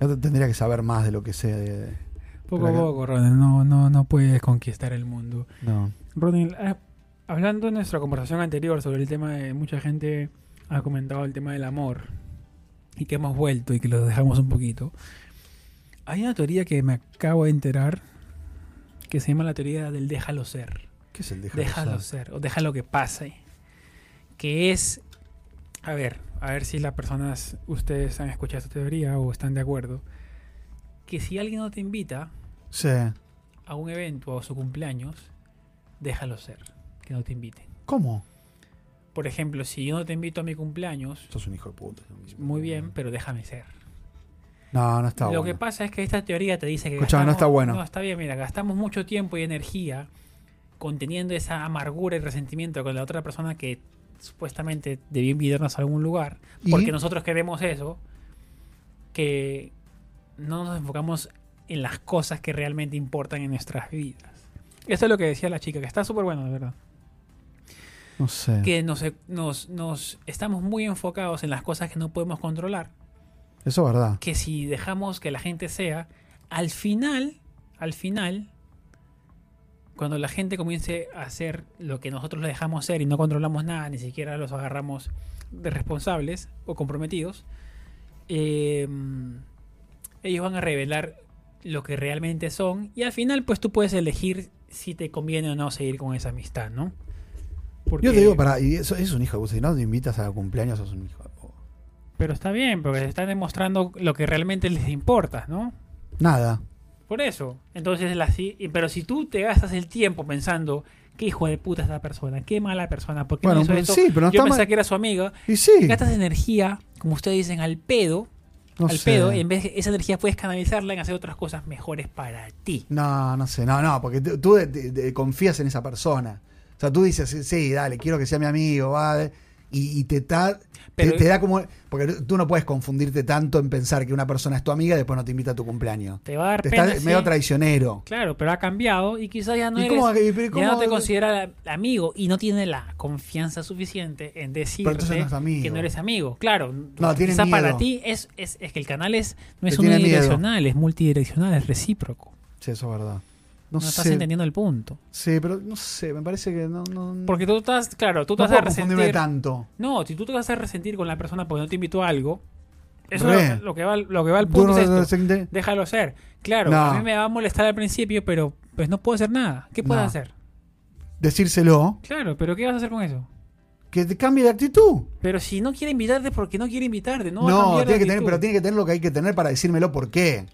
Yo tendría que saber más de lo que sé. de- de- Poco a Pero acá- poco, Ronald. No, no, no puedes conquistar el mundo. no. Ronald, ah, hablando de nuestra conversación anterior sobre el tema de mucha gente ha comentado el tema del amor y que hemos vuelto y que lo dejamos un poquito. Hay una teoría que me acabo de enterar que se llama la teoría del déjalo ser. ¿Qué es el déjalo, déjalo ser? ser o déjalo que pase. Que es, a ver, a ver si las personas, ustedes han escuchado esta teoría o están de acuerdo, que si alguien no te invita Sí. a un evento o a su cumpleaños, déjalo ser, que no te inviten. ¿Cómo? Por ejemplo, si yo no te invito a mi cumpleaños, Sos un hijo de puta. muy bien, pero déjame ser. No, no está Lo que bueno. pasa es que esta teoría te dice que. Escuchá, no está bueno. No, está bien, mira, gastamos mucho tiempo y energía conteniendo esa amargura y resentimiento con la otra persona que supuestamente debió invitarnos a algún lugar. ¿Y? Porque nosotros queremos eso. Que no nos enfocamos en las cosas que realmente importan en nuestras vidas. Eso es lo que decía la chica, que está súper bueno, de verdad No sé. que nos, nos, nos estamos muy enfocados en las cosas que no podemos controlar, Eso es verdad. que si dejamos que la gente sea, al final, al final, cuando la gente comience a hacer lo que nosotros le dejamos hacer y no controlamos nada, ni siquiera los agarramos de responsables o comprometidos, eh, ellos van a revelar lo que realmente son y al final pues tú puedes elegir si te conviene o no seguir con esa amistad, ¿no? Yo Porque- te digo, para, y eso es un hijo de puta. Si no te invitas a cumpleaños, sos un hijo de puta. Pero está bien, porque se están demostrando lo que realmente les importa, ¿no? Nada. Por eso. Entonces, la, si- pero si tú te gastas el tiempo pensando, qué hijo de puta esta persona, qué mala persona, porque Bueno, no hizo pero esto? sí, pero no yo está pensé mal. que era su amiga. Y sí. Gastas energía, como ustedes dicen, al pedo, No al sé. pedo, y en vez de esa energía puedes canalizarla en hacer otras cosas mejores para ti. No, no sé. No, no, porque tú- tú de- de- de- confías en esa persona. O sea, tú dices, sí, sí, dale, quiero que sea mi amigo, va. Y, y te, ta- te- Pero- te, da como. Porque tú no puedes confundirte tanto en pensar que una persona es tu amiga y después no te invita a tu cumpleaños. Te va a dar Te pena. estás sí. medio traicionero. Claro, pero ha cambiado y quizás ya no ¿Y eres- cómo- y- pero ya no cómo- te considera amigo y no tiene la confianza suficiente en Pero entonces decirte no es amigo. que no eres amigo. Claro, No, tiene quizá miedo. para ti es, es, es que el canal es no Le es tiene miedo. unidireccional, es multidireccional, es recíproco. Sí, eso es verdad. No, No, sé. estás entendiendo el punto. Sí, pero no sé, me parece que no. no Porque tú estás, claro, tú no te vas puedo a confundirme resentir. tanto. No, si tú te vas a resentir con la persona porque no te invitó a algo, eso Re. es lo, lo que va, lo que va al Tú punto no es te esto. resentí. Déjalo ser. Claro, No. a mí me va a molestar al principio, pero pues no puedo hacer nada. ¿Qué puedo No. hacer? Decírselo, Claro, pero ¿qué vas a hacer con eso? que te cambie de actitud. Pero si no quiere invitarte, porque no quiere invitarte? No, va a No, cambiar de tiene que tener, actitud. pero tiene que tener lo que hay que tener para decírmelo por qué.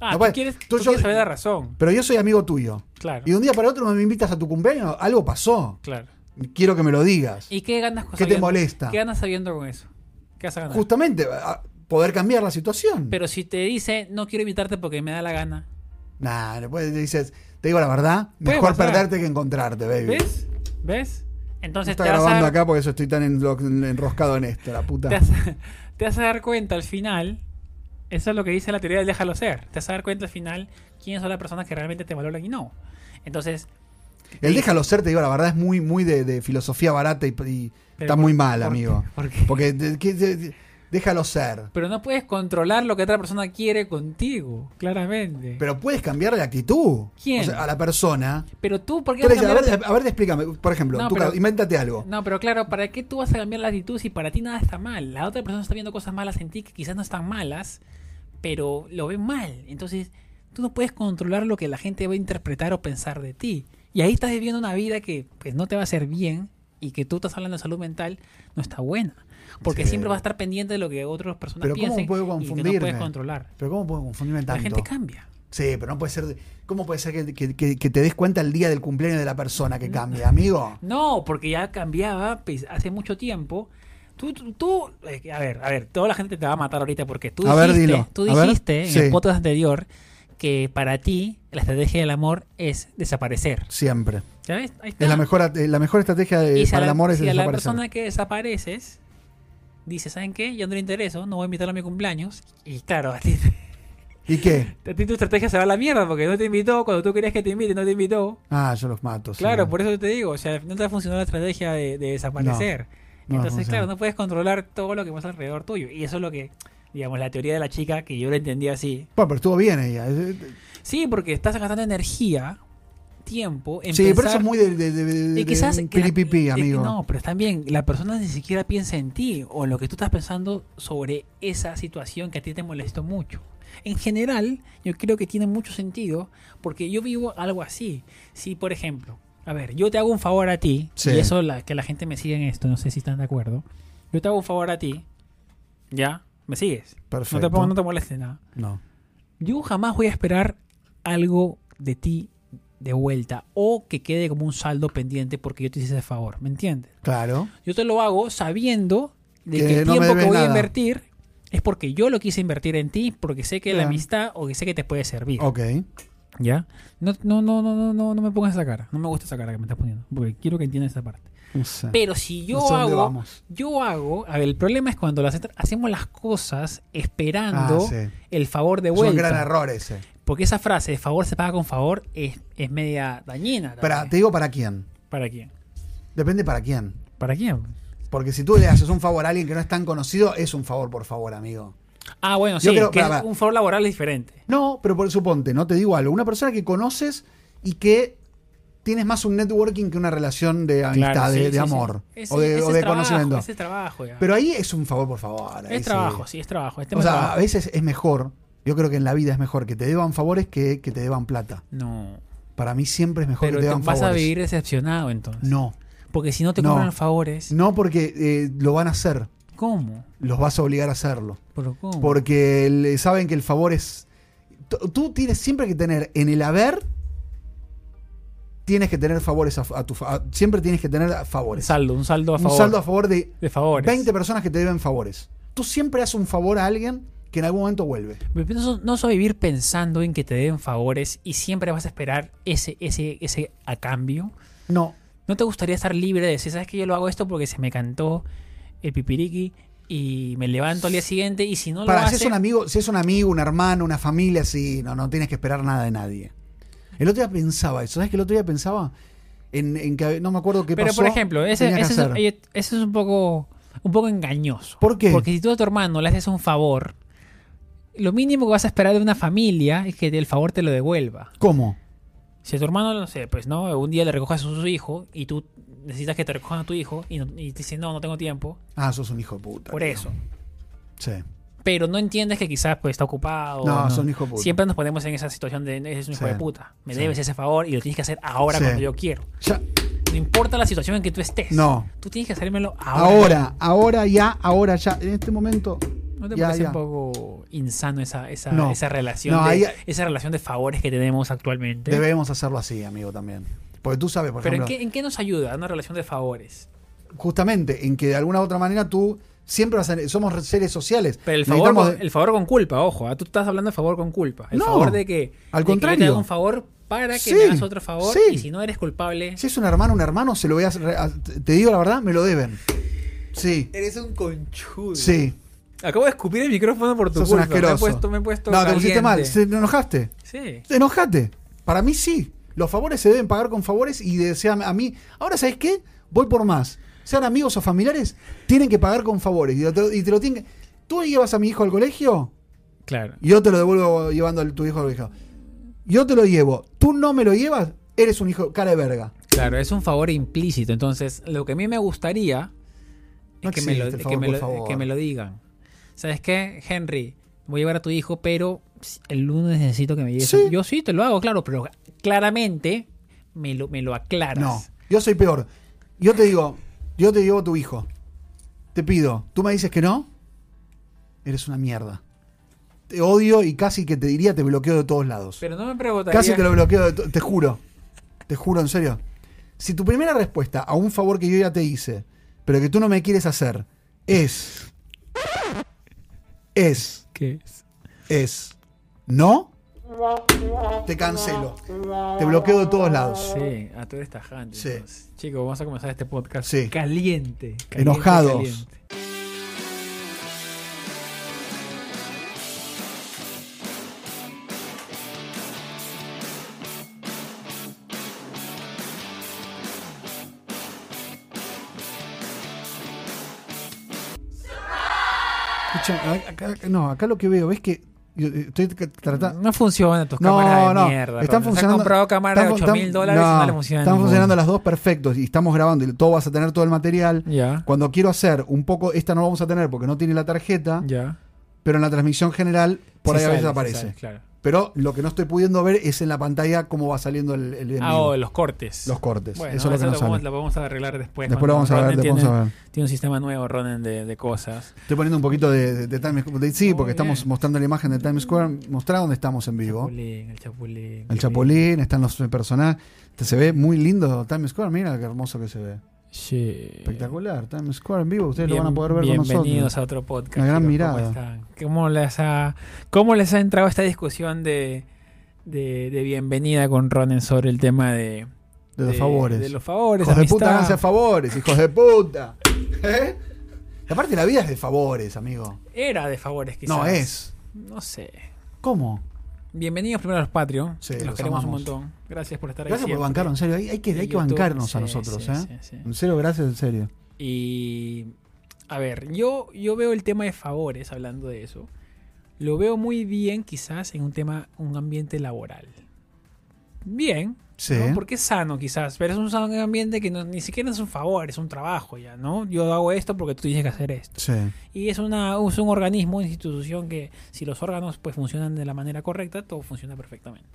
Ah, no tú, puede- quieres, tú tú yo- quieres saber la razón. Pero yo soy amigo tuyo. Claro, Y de un día para otro me invitas a tu cumpleaños, algo pasó. claro. Quiero que me lo digas. ¿Y qué ganas con ¿Qué te sabiendo- molesta? ¿Qué ganas sabiendo con eso? ¿Qué vas a ganar? Justamente, a- poder cambiar la situación. Pero si te dice, no quiero invitarte porque me da la gana. Nah, después dices, te digo la verdad, Puede mejor pasar. perderte que encontrarte, baby. ¿Ves? ¿Ves? No Entonces está te vas, a grabando dar, acá porque yo estoy tan enlo- enroscado en esto, la puta. te, vas a, te vas a dar cuenta al final. Eso es lo que dice la teoría del déjalo ser. Te vas a dar cuenta al final quiénes son las personas que realmente te valoran y no. Entonces, El déjalo ser, te digo la verdad, es muy, muy de, de filosofía barata y, y Pero está por- muy mal, ¿por qué? amigo. ¿Por qué? Porque de- que- de- de- déjalo ser. pero no puedes controlar lo que otra persona quiere contigo, claramente. Pero puedes cambiar la actitud. ¿Quién? O sea, a la persona. Pero tú, ¿por qué Tú le vas a dices, a, cambiar ver, a ver, explícame. Por ejemplo, No, tú, pero- claro, invéntate algo. No, pero claro, ¿para qué tú vas a cambiar la actitud si para ti nada está mal? La otra persona está viendo cosas malas en ti que quizás no están malas, pero lo ve mal. Entonces, tú no puedes controlar lo que la gente va a interpretar o pensar de ti. Y ahí estás viviendo una vida que pues, no te va a hacer bien y que tú estás hablando de salud mental no está buena. Porque Sí. siempre vas a estar pendiente de lo que otras personas Pero ¿cómo piensen puedo y que no confundirme? puedes controlar. Pero ¿cómo puedo confundirme tanto? La gente cambia. Sí, pero no puede ser. ¿Cómo puede ser que, que- que- que te des cuenta el día del cumpleaños de la persona que cambia, amigo? No, porque ya cambiaba pues, hace mucho tiempo. Tú, tú, tú- eh, a ver, a ver, toda la gente te va a matar ahorita porque tú A ver, dijiste, dilo. tú A ver, dijiste en sí. el podcast anterior que para ti la estrategia del amor es desaparecer. Siempre. ¿Sabes? Ahí está. Es la mejor, eh, la mejor estrategia de- Y si a para el la- amor es si a la desaparecer. persona que desapareces dice, ¿saben qué? Yo no le intereso, no voy a invitarlo a mi cumpleaños. Y claro, a ti, ¿Y qué? a ti tu estrategia se va a la mierda porque no te invitó cuando tú querías que te invite, no te invitó. Ah, yo los mato. sí. Claro, por eso te digo, o sea, no te ha funcionado la estrategia de, de No, desaparecer. no Entonces, funciona. claro, no puedes controlar todo lo que pasa alrededor tuyo. Y eso es lo que digamos, la teoría de la chica, que yo la entendía así. Bueno, pero estuvo bien ella. Eh, eh, Sí, porque estás gastando energía, tiempo, en Sí, pero eso pensar- es muy de, de, de- de- y quizás de que la- piripipi, eh, amigo. no, pero también la persona ni siquiera piensa en ti o en lo que tú estás pensando sobre esa situación que a ti te molestó mucho. En general, yo creo que tiene mucho sentido porque yo vivo algo así. Si, por ejemplo, a ver, yo te hago un favor a ti, Sí. y eso la, que la gente me sigue en esto, no sé si están de acuerdo. Yo te hago un favor a ti, ¿ya? ¿Me sigues? No Perfecto. te, pongo- no te molestes nada. No. Yo jamás voy a esperar algo de ti de vuelta o que quede como un saldo pendiente porque yo te hice ese favor, ¿me entiendes? Claro. Yo te lo hago sabiendo de que, Que el no me tiempo que debes voy a nada. invertir es porque yo lo quise invertir en ti, porque sé que la Bien. amistad o que sé que te puede servir, Ok. ¿ya? No no no no no no no me pongas esa cara, no me gusta esa cara que me estás poniendo, porque quiero que entiendas esa parte. No sé. Pero si yo No sé dónde hago vamos. yo hago, a ver, el problema es cuando las- hacemos las cosas esperando Ah, sí. el favor de Es un vuelta. gran error ese. Porque esa frase de favor se paga con favor es, es media dañina. también. Para, te digo para quién. ¿Para quién? Depende para quién. ¿Para quién? Porque si tú le haces un favor a alguien que no es tan conocido, es un favor por favor, amigo. Ah, bueno, sí, Yo creo- que para, es para. un favor laboral es diferente. No, pero por suponte, no te digo algo. Una persona que conoces y que tienes más un networking que una relación de amistad, Claro, sí, de, de sí, sí. amor Ese- o de, ese o es de trabajo, conocimiento. ese es trabajo, ya. Pero ahí es un favor por favor. ahí es sí. trabajo, sí, es trabajo. es tema O de sea, eh, a trabajo. veces es mejor. Yo creo que en la vida es mejor que te deban favores que que te deban plata. No. Para mí siempre es mejor Pero que te te deban vas a favores. vivir decepcionado entonces. No, Porque si no te No. cobran favores, no porque eh, lo van a hacer. ¿cómo? Los vas a obligar a hacerlo. ¿Pero cómo? Porque le- saben que el favor es. T- Tú tienes siempre que tener en el haber. Tienes que tener favores a, a tu fa- a- Siempre tienes que tener un favores. saldo, un saldo a un favor. saldo a favor de de favores. 20 personas que te deben favores. Tú siempre haces un favor a alguien que en algún momento vuelve. Pero No, no soy vivir pensando en que te den favores y siempre vas a esperar ese, ese, ese a cambio. No. ¿No te gustaría estar libre de decir, sabes que yo lo hago esto porque se me cantó el pipiriqui y me levanto al día siguiente y si no lo Para, si hace, es un amigo, si es un amigo, un hermano, una familia, sí, no, no tienes que esperar nada de nadie. El otro día pensaba eso, ¿sabes que el otro día pensaba? En, en que no me acuerdo qué Pero pasó. por ejemplo, que ese, tenía que ese hacer. es, ese es un poco un poco engañoso. ¿Por qué? Porque si tú a tu hermano le haces un favor, lo mínimo que vas a esperar de una familia es que el favor te lo devuelva. ¿Cómo? Si a tu hermano, no sé, pues no, un día le recojas a su hijo y tú necesitas que te recojan a tu hijo y, no- y te dice, no, no tengo tiempo, Ah, sos un hijo de puta. por eso. Sí. pero no entiendes que quizás pues está ocupado. No, son hijo de puta. Siempre nos ponemos en esa situación de es un hijo Sí, de puta. Me sí. debes ese favor y lo tienes que hacer ahora Sí. cuando yo quiero. Ya, No importa la situación en que tú estés. No. Tú tienes que hacérmelo ahora, ahora. ahora, ya, ahora, ya, en este momento. ¿No te Ya, parece ya. un poco insano esa, esa, No. esa relación No, de, ahí- esa relación de favores que tenemos actualmente? Debemos hacerlo así, amigo, también. Porque tú sabes, por ¿eh? pero ¿en ejemplo, qué, ¿en qué nos ayuda una relación de favores? justamente en que de alguna u otra manera tú siempre vas a- somos seres sociales. Pero el favor, Necesitamos- con, el favor con culpa, ojo, ah, tú estás hablando de favor con culpa. El No, favor de que, al de que yo te contrario. haga un favor para que Sí, me hagas otro favor sí. y si no eres culpable, Si es un hermano, un hermano, se lo voy a, a- Te digo la verdad, me lo deben. Sí, Eres un conchudo. sí. Acabo de escupir el micrófono por tu Sos un culpa. Me he asqueroso. puesto, me he puesto no, te pusiste caliente. mal. ¿Te enojaste? Sí. Te enojaste. Para mí sí. Los favores se deben pagar con favores y desean a mí. Ahora, ¿sabes qué? Voy por más. Sean amigos o familiares, tienen que pagar con favores. Y te, y te lo tienen que- Tú llevas a mi hijo al colegio, Claro. yo te lo devuelvo llevando a tu hijo al colegio. Yo te lo llevo. Tú no me lo llevas, eres un hijo cara de verga. Claro, es un favor implícito. Entonces, lo que a mí me gustaría es No que, me lo, existe el que favor me por lo- favor. que me lo digan. ¿Sabes qué, Henry? Voy a llevar a tu hijo, pero el lunes necesito que me lleves. Sí. Yo sí te lo hago, claro, pero claramente me lo, me lo aclaras. No, yo soy peor. Yo te digo, yo te llevo a tu hijo. Te pido, tú me dices que no, eres una mierda. Te odio y casi que te diría te bloqueo de todos lados. Pero no me preguntaría. Casi te lo bloqueo, de to- te juro. Te juro, en serio. Si tu primera respuesta a un favor que yo ya te hice, pero que tú no me quieres hacer, es. Es. ¿Qué es? Es. ¿No? Te cancelo. Te bloqueo de todos lados. Sí, a tú eres tajante. Sí. entonces. Chicos, vamos a comenzar este podcast Sí. caliente, caliente, Enojados. caliente. ¿Y Escucha, acá- no, acá lo que veo es que yo, eh, estoy tra- tratando. No funciona tus No, cámaras de no, mierda. están Ronald. Se funcionando- ha comprado cámaras de están- 8 mil están- dólares y no le no, funciona. Están ninguna. funcionando las dos perfectos y estamos grabando y todo vas a tener todo el material. Ya, Cuando quiero hacer un poco, esta no la vamos a tener porque no tiene la tarjeta, ya. pero en la transmisión general por ahí Sí a veces sale, sí aparece. sale, claro. Pero lo que no estoy pudiendo ver es en la pantalla cómo va saliendo el, el en Ah, vivo, o los cortes. los cortes. Bueno, eso es lo que nos vamos, sale. lo vamos a arreglar después. Después lo vamos cuando a ver, Ronen después tiene, vamos a ver. tiene un sistema nuevo, Ronen, de, de cosas. Estoy poniendo un poquito de, de- de Times Square. Sí, Muy porque estamos bien. mostrando la imagen de Times Square. Mostrar dónde estamos en vivo. Chapulín, el chapulín. El Chapulín, están los personajes. Este se ve muy lindo Times Square. Mira qué hermoso que se ve. Sí. Espectacular. Times Square en vivo. Ustedes Bien- lo van a poder ver con bienvenidos nosotros. a otro podcast. Una gran chicos, mirada. ¿Cómo, están? ¿Cómo les ha, ¿Cómo les ha entrado esta discusión de, de, de bienvenida con Ronen sobre el tema de, De los favores. De los favores, hijos de puta, amistad? háganse favores, hijos de puta. ¿Eh? Y Aparte, la vida es de favores, amigo. Era de favores, quizás. No es. No sé. ¿Cómo? Bienvenidos primero a los Patreon. Sí, los, los queremos amamos. un montón. Gracias por estar aquí. Gracias por bancar, en serio. Hay, hay que, hay que bancarnos a nosotros, ¿eh? En serio, gracias, en serio. Y a ver, yo, yo veo el tema de favores, hablando de eso. Lo veo muy bien quizás en un tema, un ambiente laboral. Bien, Sí. ¿no? porque es sano quizás, pero es un sano ambiente que no- ni siquiera es un favor, es un trabajo ya, ¿no? Yo hago esto porque tú tienes que hacer esto. Sí. Y es, una, es un organismo, una institución que si los órganos pues funcionan de la manera correcta, todo funciona perfectamente.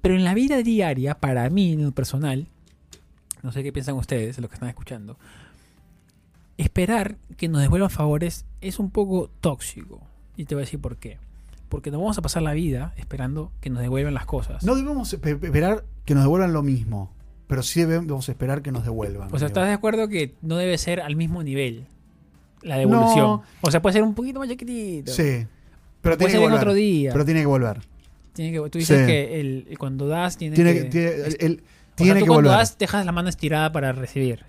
Pero en la vida diaria, para mí en lo personal, no sé qué piensan ustedes, los que están escuchando, esperar que nos devuelvan favores es un poco tóxico. Y te voy a decir por qué. Porque nos vamos a pasar la vida esperando que nos devuelvan las cosas. No debemos espe- esperar que nos devuelvan lo mismo, pero sí debemos esperar que nos devuelvan. o sea, amigo. ¿estás de acuerdo que no debe ser al mismo nivel la devolución? No. O sea, puede ser un poquito más chiquitito. Sí. Pero puede tiene que ser en volver. otro día. Pero tiene que volver. Tiene que, tú dices Sí. que el, el cuando das tiene, Tiene que. que, tiene, es- el- el- o sea, tiene tú que cuando volver. das dejas la mano estirada para recibir.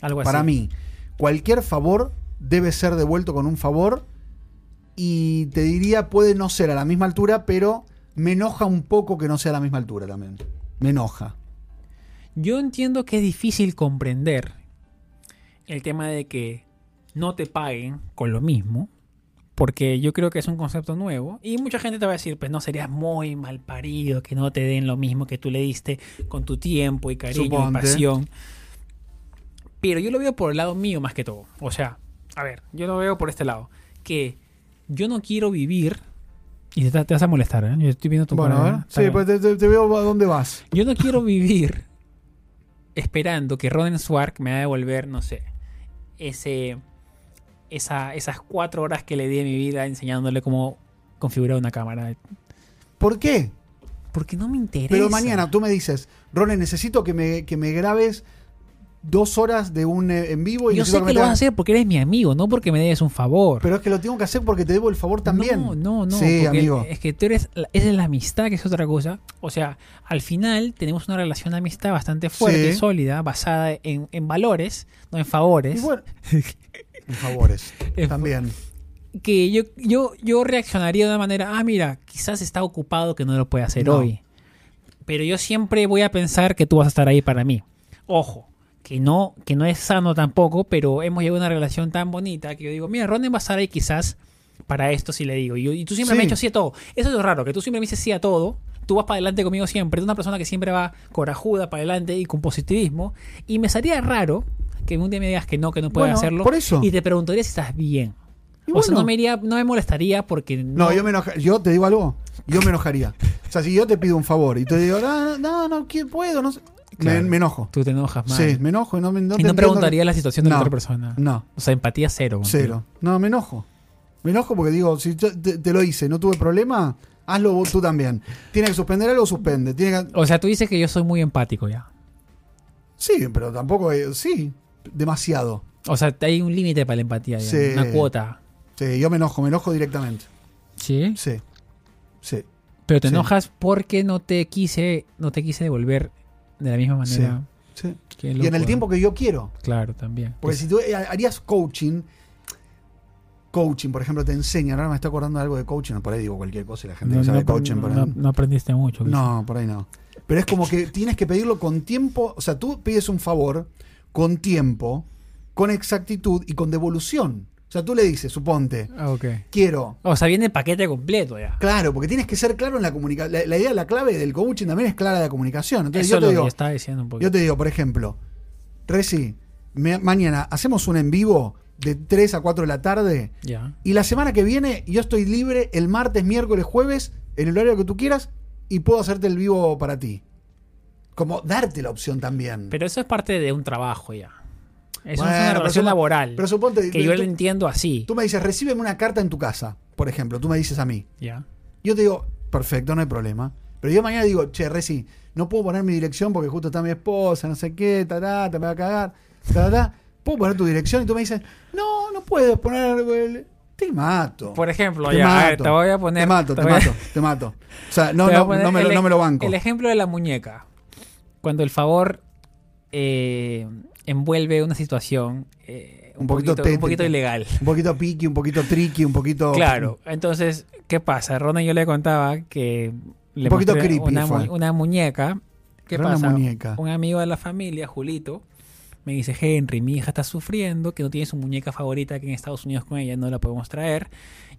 Algo así. Para mí, cualquier favor debe ser devuelto con un favor. Y te diría, puede no ser a la misma altura, pero me enoja un poco que no sea a la misma altura también. Me enoja. Yo entiendo que es difícil comprender el tema de que no te paguen con lo mismo. Porque yo creo que es un concepto nuevo. Y mucha gente te va a decir, pues no, serías muy mal parido que no te den lo mismo que tú le diste con tu tiempo y cariño y Suponte. pasión. Pero yo lo veo por el lado mío más que todo. O sea, a ver, yo lo veo por este lado. Que yo no quiero vivir. Y te, te vas a molestar, ¿eh? Yo estoy viendo tu Bueno, a cara, ver. ¿eh? Está Sí, bien. pues te, te- te veo a dónde vas. Yo no quiero vivir esperando que Roden Swark me va a devolver, no sé, ese, esa, esas cuatro horas que le di de mi vida enseñándole cómo configurar una cámara. ¿Por qué? Porque no me interesa. Pero mañana tú me dices, Ronen, necesito que me, que me grabes dos horas de un eh, en vivo y Yo necesito sé me que lo vas a hagas- hacer porque eres mi amigo, no porque me debes un favor. Pero es que lo tengo que hacer porque te debo el favor también. No, no, no. Sí, porque amigo. Es que tú eres. la- Esa es la amistad, que es otra cosa. O sea, al final tenemos una relación de amistad bastante fuerte, Sí. sólida, basada en, en valores, no en favores. Y bueno, en favores. En- también. que yo, yo, yo reaccionaría de una manera, ah, mira, quizás está ocupado que no lo puede hacer No. hoy. Pero yo siempre voy a pensar que tú vas a estar ahí para mí. Ojo, que no, que no es sano tampoco, pero hemos llevado una relación tan bonita que yo digo, mira, Ronen va a estar ahí quizás para esto si le digo. Y, yo- y tú siempre me Sí. has hecho sí a todo. Eso es lo raro, que tú siempre me dices sí a todo. Tú vas para adelante conmigo siempre. Tú eres una persona que siempre va corajuda para adelante y con positivismo. Y me sería raro que un día me digas que no, que no puedes Bueno, hacerlo. por eso. Y te preguntaría si estás bien. Y O sea, bueno. no me iría- no me molestaría porque No, yo me enoja, yo te digo algo, yo me enojaría. O sea, si yo te pido un favor y te digo, no, no, no, ¿qué puedo? No sé. Claro. me, me enojo. tú te enojas más. Sí, me enojo y no me y te no entiendo preguntaría la situación de la No, otra persona. No, O sea, empatía cero. contigo. cero. No, me enojo. Me enojo porque digo, si yo te, te lo hice, no tuve problema, hazlo vos tú también. Tiene que suspender algo, suspende. Tiene que- O sea, tú dices que yo soy muy empático ya. Sí, pero tampoco, eh, sí, demasiado. O sea, hay un límite para la empatía, ya, Sí. una cuota. Sí, yo me enojo, me enojo directamente. Sí. Sí, sí. Pero te Sí. enojas porque no te quise, no te quise devolver de la misma manera. sí. Qué Y en loco, eh. el ¿no? tiempo que yo quiero. Claro, también. Porque si tú eh, harías coaching, coaching, por ejemplo, te enseñan, ahora me estoy acordando de algo de coaching, por ahí digo cualquier cosa y la gente no, sabe coaching, pero no- no aprendiste mucho. quizás. no, por ahí no. Pero es como que tienes que pedirlo con tiempo, o sea, tú pides un favor con tiempo, con exactitud y con devolución. O sea, tú le dices, suponte, Ah, ok. quiero. O sea, viene el paquete completo ya. Claro, porque tienes que ser claro en la comunicación. La, la idea, la clave del coaching también es clara la comunicación. Entonces Eso yo es lo te que digo, yo estaba diciendo un poquito. yo te digo, por ejemplo, Reci, me- mañana hacemos un en vivo de 3 a 4 de la tarde Ya. y la semana que viene yo estoy libre el martes, miércoles, jueves, en el horario que tú quieras y puedo hacerte el vivo para ti. Como darte la opción también. Pero eso es parte de un trabajo ya. Eso Bueno, es una pero relación supo- laboral. Pero suponte que yo tú- lo entiendo así. Tú me dices, recíbeme una carta en tu casa, por ejemplo. Tú me dices a mí. Ya. Yo te digo, perfecto, no hay problema. Pero yo mañana digo, che, Reci, no puedo poner mi dirección porque justo está mi esposa, no sé qué, tará, te me va a cagar, tará. ¿Puedo poner tu dirección? Y tú me dices, no, no puedes poner. el- Te mato. Por ejemplo, Te ya, a mato. ver, te voy a poner. Te mato, te, voy a- mato, te mato. O sea, no, te voy a no, poner no me, lo, el- no me lo banco. El ejemplo de la muñeca. Cuando el favor eh, envuelve una situación eh, un, Un poquito poquito, un tétrica. poquito ilegal. Un poquito piqui, un poquito tricky, un poquito. Claro, entonces, ¿qué pasa? Rona yo le contaba que le Un poquito mostré creepy una, mu- fue. una muñeca. ¿Qué Era una pasa? muñeca. Un amigo de la familia, Julito, me dice, Henry, mi hija está sufriendo, que no tiene su muñeca favorita aquí en Estados Unidos con ella, no la podemos traer.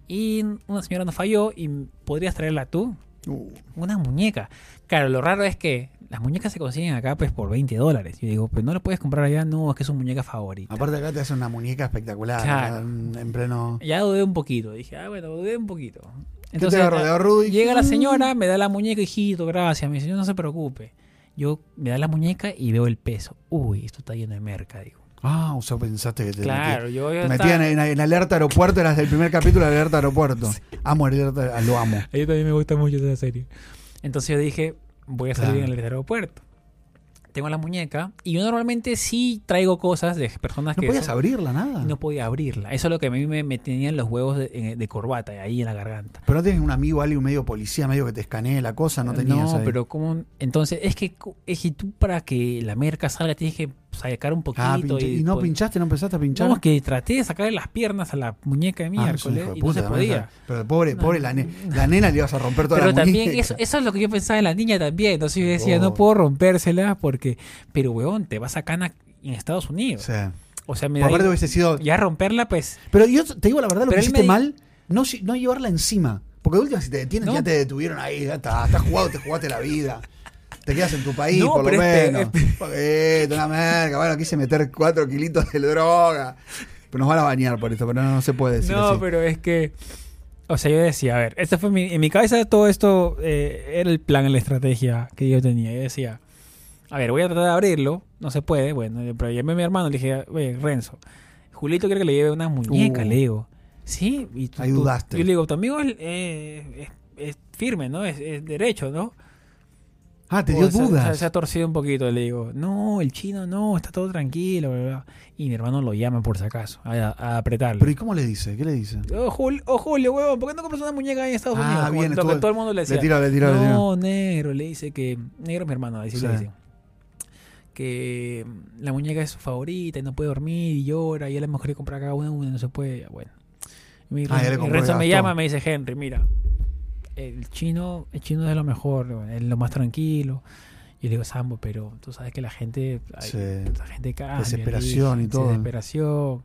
Y una señora nos falló y podrías traerla tú, Uh, una muñeca. Claro, lo raro es que las muñecas se consiguen acá pues por 20 dólares. Yo digo, pues no la puedes comprar allá, no, es que es su muñeca favorita. aparte, acá te hace una muñeca espectacular. Claro. acá, En en pleno. Ya dudé un poquito. Dije, ah, bueno, dudé un poquito. ah, ¿Qué te agarró? ¿De Rudy? llega la señora, me da la muñeca, hijito, gracias. Me dice, no se preocupe. Yo me da la muñeca y veo el peso. Uy, esto está lleno de merca, digo. Ah, o sea, pensaste que te metí- Claro, yo, yo Te estaba- metían en, en alerta aeropuerto, eras del primer capítulo de alerta aeropuerto. Amo alerta, ah, lo amo. A mí también me gusta mucho esa serie. Entonces yo dije, voy a salir Claro. en el aeropuerto. Tengo la muñeca y yo normalmente sí traigo cosas de personas No que... podías son- abrirla, nada. y no podía abrirla. Eso es lo que a mí me, me tenían los huevos de, en- de corbata, ahí en la garganta. Pero no tienes un amigo, alguien medio policía, medio que te escanee la cosa, Ah, no tenías. ahí. pero como... Entonces, es que, cu- es que tú para que la merca salga tienes que sacar un poquito. Ah, pinche- y, pues, y, no pon- pinchaste, no empezaste a pinchar. No, es que traté de sacarle las piernas a la muñeca de Ah, es un miércoles hijo de y puta, no se también, podía. Pero pobre, pobre la, ne- la nena le ibas a romper toda Pero la muñeca. Oh. también, eso, eso es lo que yo pensaba de la niña también. Entonces yo decía, no Pobre. puedo rompérsela porque... Pero, weón, te vas a Cana en Estados Unidos. Sí. O sea, me Por da aparte igual- hubiese sido. Ya romperla, pues... Pero yo te digo la verdad, lo Pero que él hiciste me- mal, no, si- no llevarla encima. Porque de última, si te detienen, No. ya te detuvieron ahí, ya está, estás jugado, te jugaste la vida. Te quedas en tu país, No, por lo pero este- menos. Poquito, una merca. Bueno, quise meter cuatro kilitos de droga. Pero nos van a bañar por esto, pero no, no se puede decir No, así. pero es que. O sea, yo decía, a ver, esta fue mi, en mi cabeza todo esto eh, era el plan, la estrategia que yo tenía. Yo decía, a ver, voy a tratar de abrirlo, no se puede, bueno, eh, pero llamé a mi hermano y le dije, oye, Renzo, Julito quiere que le lleve una muñeca, Uh. le digo. Sí, y tú, Ahí tú- dudaste. Yo le digo, tu amigo es, eh, es- es firme, ¿no? Es, es derecho, ¿no? Ah, te dio O sea, dudas. Se, se ha torcido un poquito, le digo, no, el chino no, está todo tranquilo, bla, bla, bla". Y mi hermano lo llama por si acaso, a, a apretarle. pero ¿y cómo le dice? ¿Qué le dice? Oh, Julio, oh, Julio, huevón, ¿por qué no compras una muñeca ahí en Estados Ah, Unidos? Como bien, lo que estuvo- todo el mundo le decía. Le tiro, le tiro, le tiro. no, negro, le dice que. Negro es mi hermano, así Sí. le dice. Que la muñeca es su favorita y no puede dormir y llora. Y ya le hemos querido comprar cada una, una, no se puede. ya, Bueno. Y mi- Ah, ya le mi compró, Renzo le me gastó. llama, me dice Henry, mira, el chino, el chino es lo mejor, bueno, es lo más tranquilo. Y le digo, Sambo, pero tú sabes que la gente. ay, Sí. La gente cambia. Desesperación le y dije, todo. Desesperación.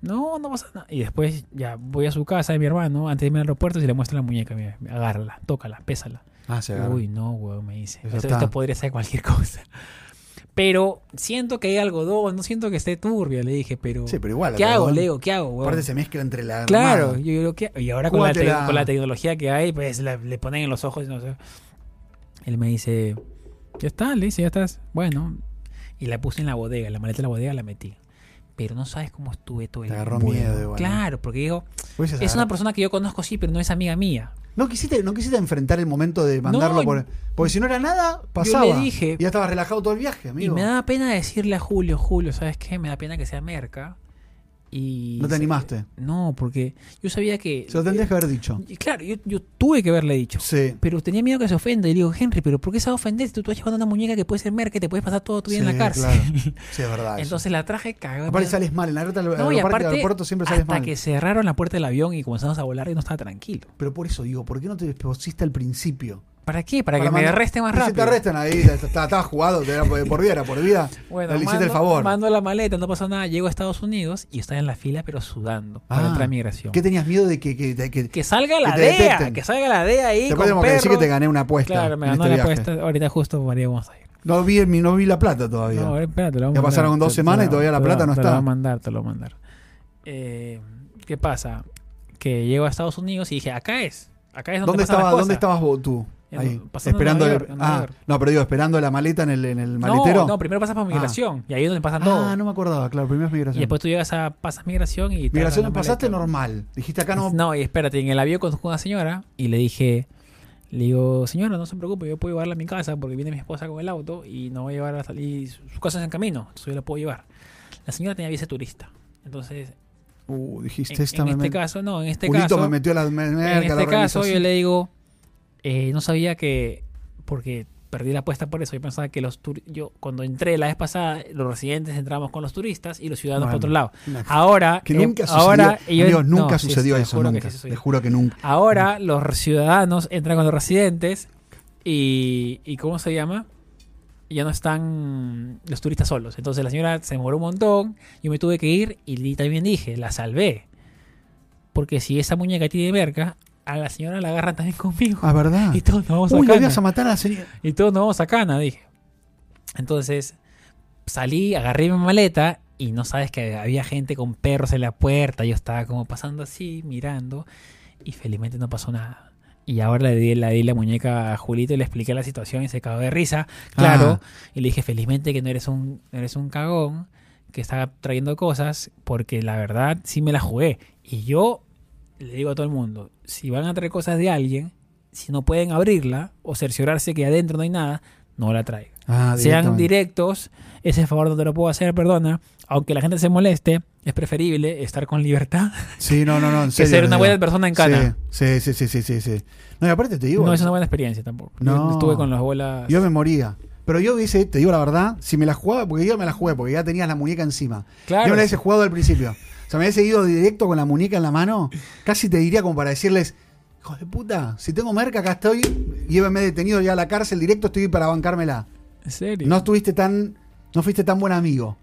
No, no pasa nada. Y después ya voy a su casa de mi hermano, antes de irme al aeropuerto, y le muestro la muñeca. Mira, agárrala, tócala, pésala. Ah, se agarra. Uy, no, weón, me dice. Eso Esto, está. esto podría ser cualquier cosa. Pero siento que hay algodón, no siento que esté turbia, le dije, pero. Sí, pero igual. ¿Qué la hago, verdad, Leo? ¿Qué hago, weón? Aparte se mezcla entre la. Claro, armada. yo, yo lo que- y ahora con la, te- Júgatela. con la tecnología que hay, pues la- le ponen en los ojos, no sé. Él me dice, ya está, le dice, ya estás. Bueno, y la puse en la bodega, en la maleta de la bodega la metí. Pero no sabes cómo estuve todo el Te agarró vuelo. miedo igual, ¿eh? ¿no? Claro, porque digo, Hubieses es una agarrado. persona que yo conozco, sí, pero no es amiga mía. No quisiste, no quisiste enfrentar el momento de mandarlo No, por. Porque si no era nada, pasaba. le dije- Y ya estabas relajado todo el viaje, amigo. Y me daba pena decirle a Julio, Julio, ¿sabes qué? Me da pena que sea merca. Y No te animaste. No, porque yo sabía que... Se lo tendrías que haber dicho. Y Claro, yo, yo tuve que haberle dicho. Sí. Pero tenía miedo que se ofenda. Y le digo, Henry, ¿pero por qué se va a ofender? Tú estás llevando una muñeca que puede ser merca, que te puedes pasar todo tu día en Sí, la cárcel. claro. Sí, es verdad. eso. Entonces la traje cagada. aparte sales mal. En la ruta al No, y aeropuerto, aparte, al aeropuerto siempre sales hasta mal. que cerraron la puerta del avión y comenzamos a volar y no estaba tranquilo. Pero por eso digo, ¿por qué no te pusiste al principio? ¿Para qué? Para, que me mandar- arreste más Y Si te rápido. arrestan ahí, estabas jugado, te era por por vida, era por vida. Bueno, le hiciste mando, el favor. mando la maleta, no pasó nada. Llego a Estados Unidos y estoy en la fila, pero sudando para Ah, entrar a migración. ¿Qué tenías miedo de que, que, de que- Que salga la que te DEA, detecten. que salga la Dea ahí. te con podíamos decir que perros. te gané una apuesta? Claro, me en ganó este la viaje? apuesta. Ahorita justo María vamos a ir. No vi, mi- no vi la plata todavía. No, eh, espérate, lo vamos Ya a mandar. pasaron dos Te- te semanas y lo- todavía la te lo- plata no Te lo está. voy a mandar, te lo voy a mandar. Eh, ¿Qué pasa? Que llego a Estados Unidos y dije, acá es. Acá es donde ¿Dónde, pasan estaba, las ¿Dónde cosas. estabas vos tú? En- Ahí, pasando en esperando Nueva el- York, en Nueva ah, York. no, pero digo, esperando la maleta en el, en el maletero. No, no, primero pasas por migración y ahí es donde pasan todo. ah, no me acordaba, claro, primero es y migración. después tú llegas a pasas migración y... te migración agarran la pasaste maleta. normal. Dijiste acá no. No, y espérate, en el avión conozco a una señora y le dije, le digo, señora, no se preocupe, yo puedo llevarla a mi casa porque viene mi esposa con el auto y no voy a llevar hasta y su su casa es en camino, entonces yo la puedo llevar. La señora tenía visa de turista. Entonces, Uh, dijiste en, esta en me este met- caso, no, en este Julito caso, me metió la me- merca, en la este caso yo organización. le digo, eh, no sabía que, porque perdí la apuesta por eso, yo pensaba que los tur- yo cuando entré la vez pasada, los residentes entramos con los turistas y los ciudadanos Bueno. por otro lado. Una- Ahora, que eh, nunca sucedió. ahora ellos- Amigos, nunca no, sí, sucedió te eso, juro que nunca. sí sucedió. Les juro que nunca. Ahora los ciudadanos entran con los residentes y, y ¿cómo se llama? Y Ya no están los turistas solos. Entonces la señora se demoró un montón, yo me tuve que ir y li- también dije, la salvé. Porque si esa muñeca tiene merca, a la señora la agarran también conmigo. Ah, ¿verdad? Y todos nos vamos Uy, a le cana. ibas a matar a la señora. Y todos nos vamos a cana, dije. Entonces salí, agarré mi maleta y no sabes que había gente con perros en la puerta. Yo estaba como pasando así, mirando. Y felizmente no pasó nada. Y ahora le di, le di la muñeca a Julito y le expliqué la situación y se cagó de risa. Claro. Y le dije, felizmente que no eres un, no eres un cagón que está trayendo cosas porque la verdad sí me la jugué. Y yo le digo a todo el mundo, si van a traer cosas de alguien, si no pueden abrirla o cerciorarse que adentro no hay nada, no la traigan. Ah, Sean directamente. directos, ese favor no te lo puedo hacer, perdona. Aunque la gente se moleste, es preferible estar con libertad Sí, no, no, no. En que serio, ser una digo. buena persona en cana. Sí, sí, sí, sí, sí, sí. No, y aparte te digo. No es una buena experiencia tampoco. Yo No. Estuve con las bolas. Yo me moría. Pero yo hubiese, te digo la verdad, si me la jugaba, porque yo me la jugué, porque ya tenías la muñeca encima. Claro. Yo me la hubiese jugado al principio. O sea, me hubiese ido directo con la muñeca en la mano. Casi te diría como para decirles, hijos de puta, si tengo merca, acá estoy, llévenme detenido ya a la cárcel, directo estoy para bancármela. En serio. No estuviste tan, no fuiste tan buen amigo.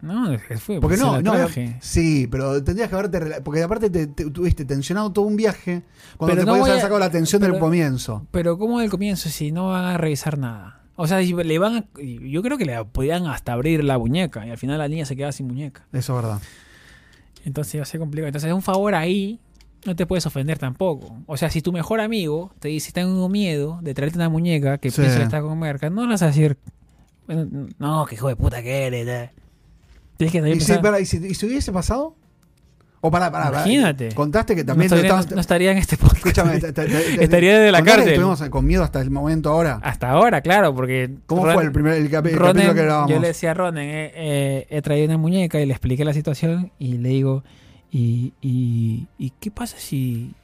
No, fue. Porque se no, la no. traje. Sí, pero tendrías que haberte. rela- Porque aparte te, te- tuviste tensionado todo un viaje. Cuando Pero te no podías voy haber a- sacado la tensión del pero- comienzo. Pero ¿cómo del comienzo si no van a revisar nada? O sea, si le van a- yo creo que le podían hasta abrir la muñeca y al final la niña se queda sin muñeca. Eso es verdad. Entonces ya se complica. Entonces un favor ahí no te puedes ofender tampoco. O sea, si tu mejor amigo te dice tengo miedo de traerte una muñeca que Sí. pienso que está con merca, no le vas a decir "Bueno, no, que hijo de puta que eres. eh". Tienes que también ¿Y si, pensar, pará, y si- y si hubiese pasado? O pará, pará, pará. Imagínate. Contaste que no, también estaría, estabas- no- no estaría en este podcast. Escúchame, te- te- te- te- Estaría desde la contale que cárcel. Estuvimos con miedo hasta el momento ahora. Hasta ahora, claro, porque ¿Cómo Ron- fue el primer el capi- el Ronen, capítulo que grabamos? Yo le decía a Ronen, eh, eh, he traído una muñeca y le expliqué la situación y le digo, ¿y, y, y qué pasa si...?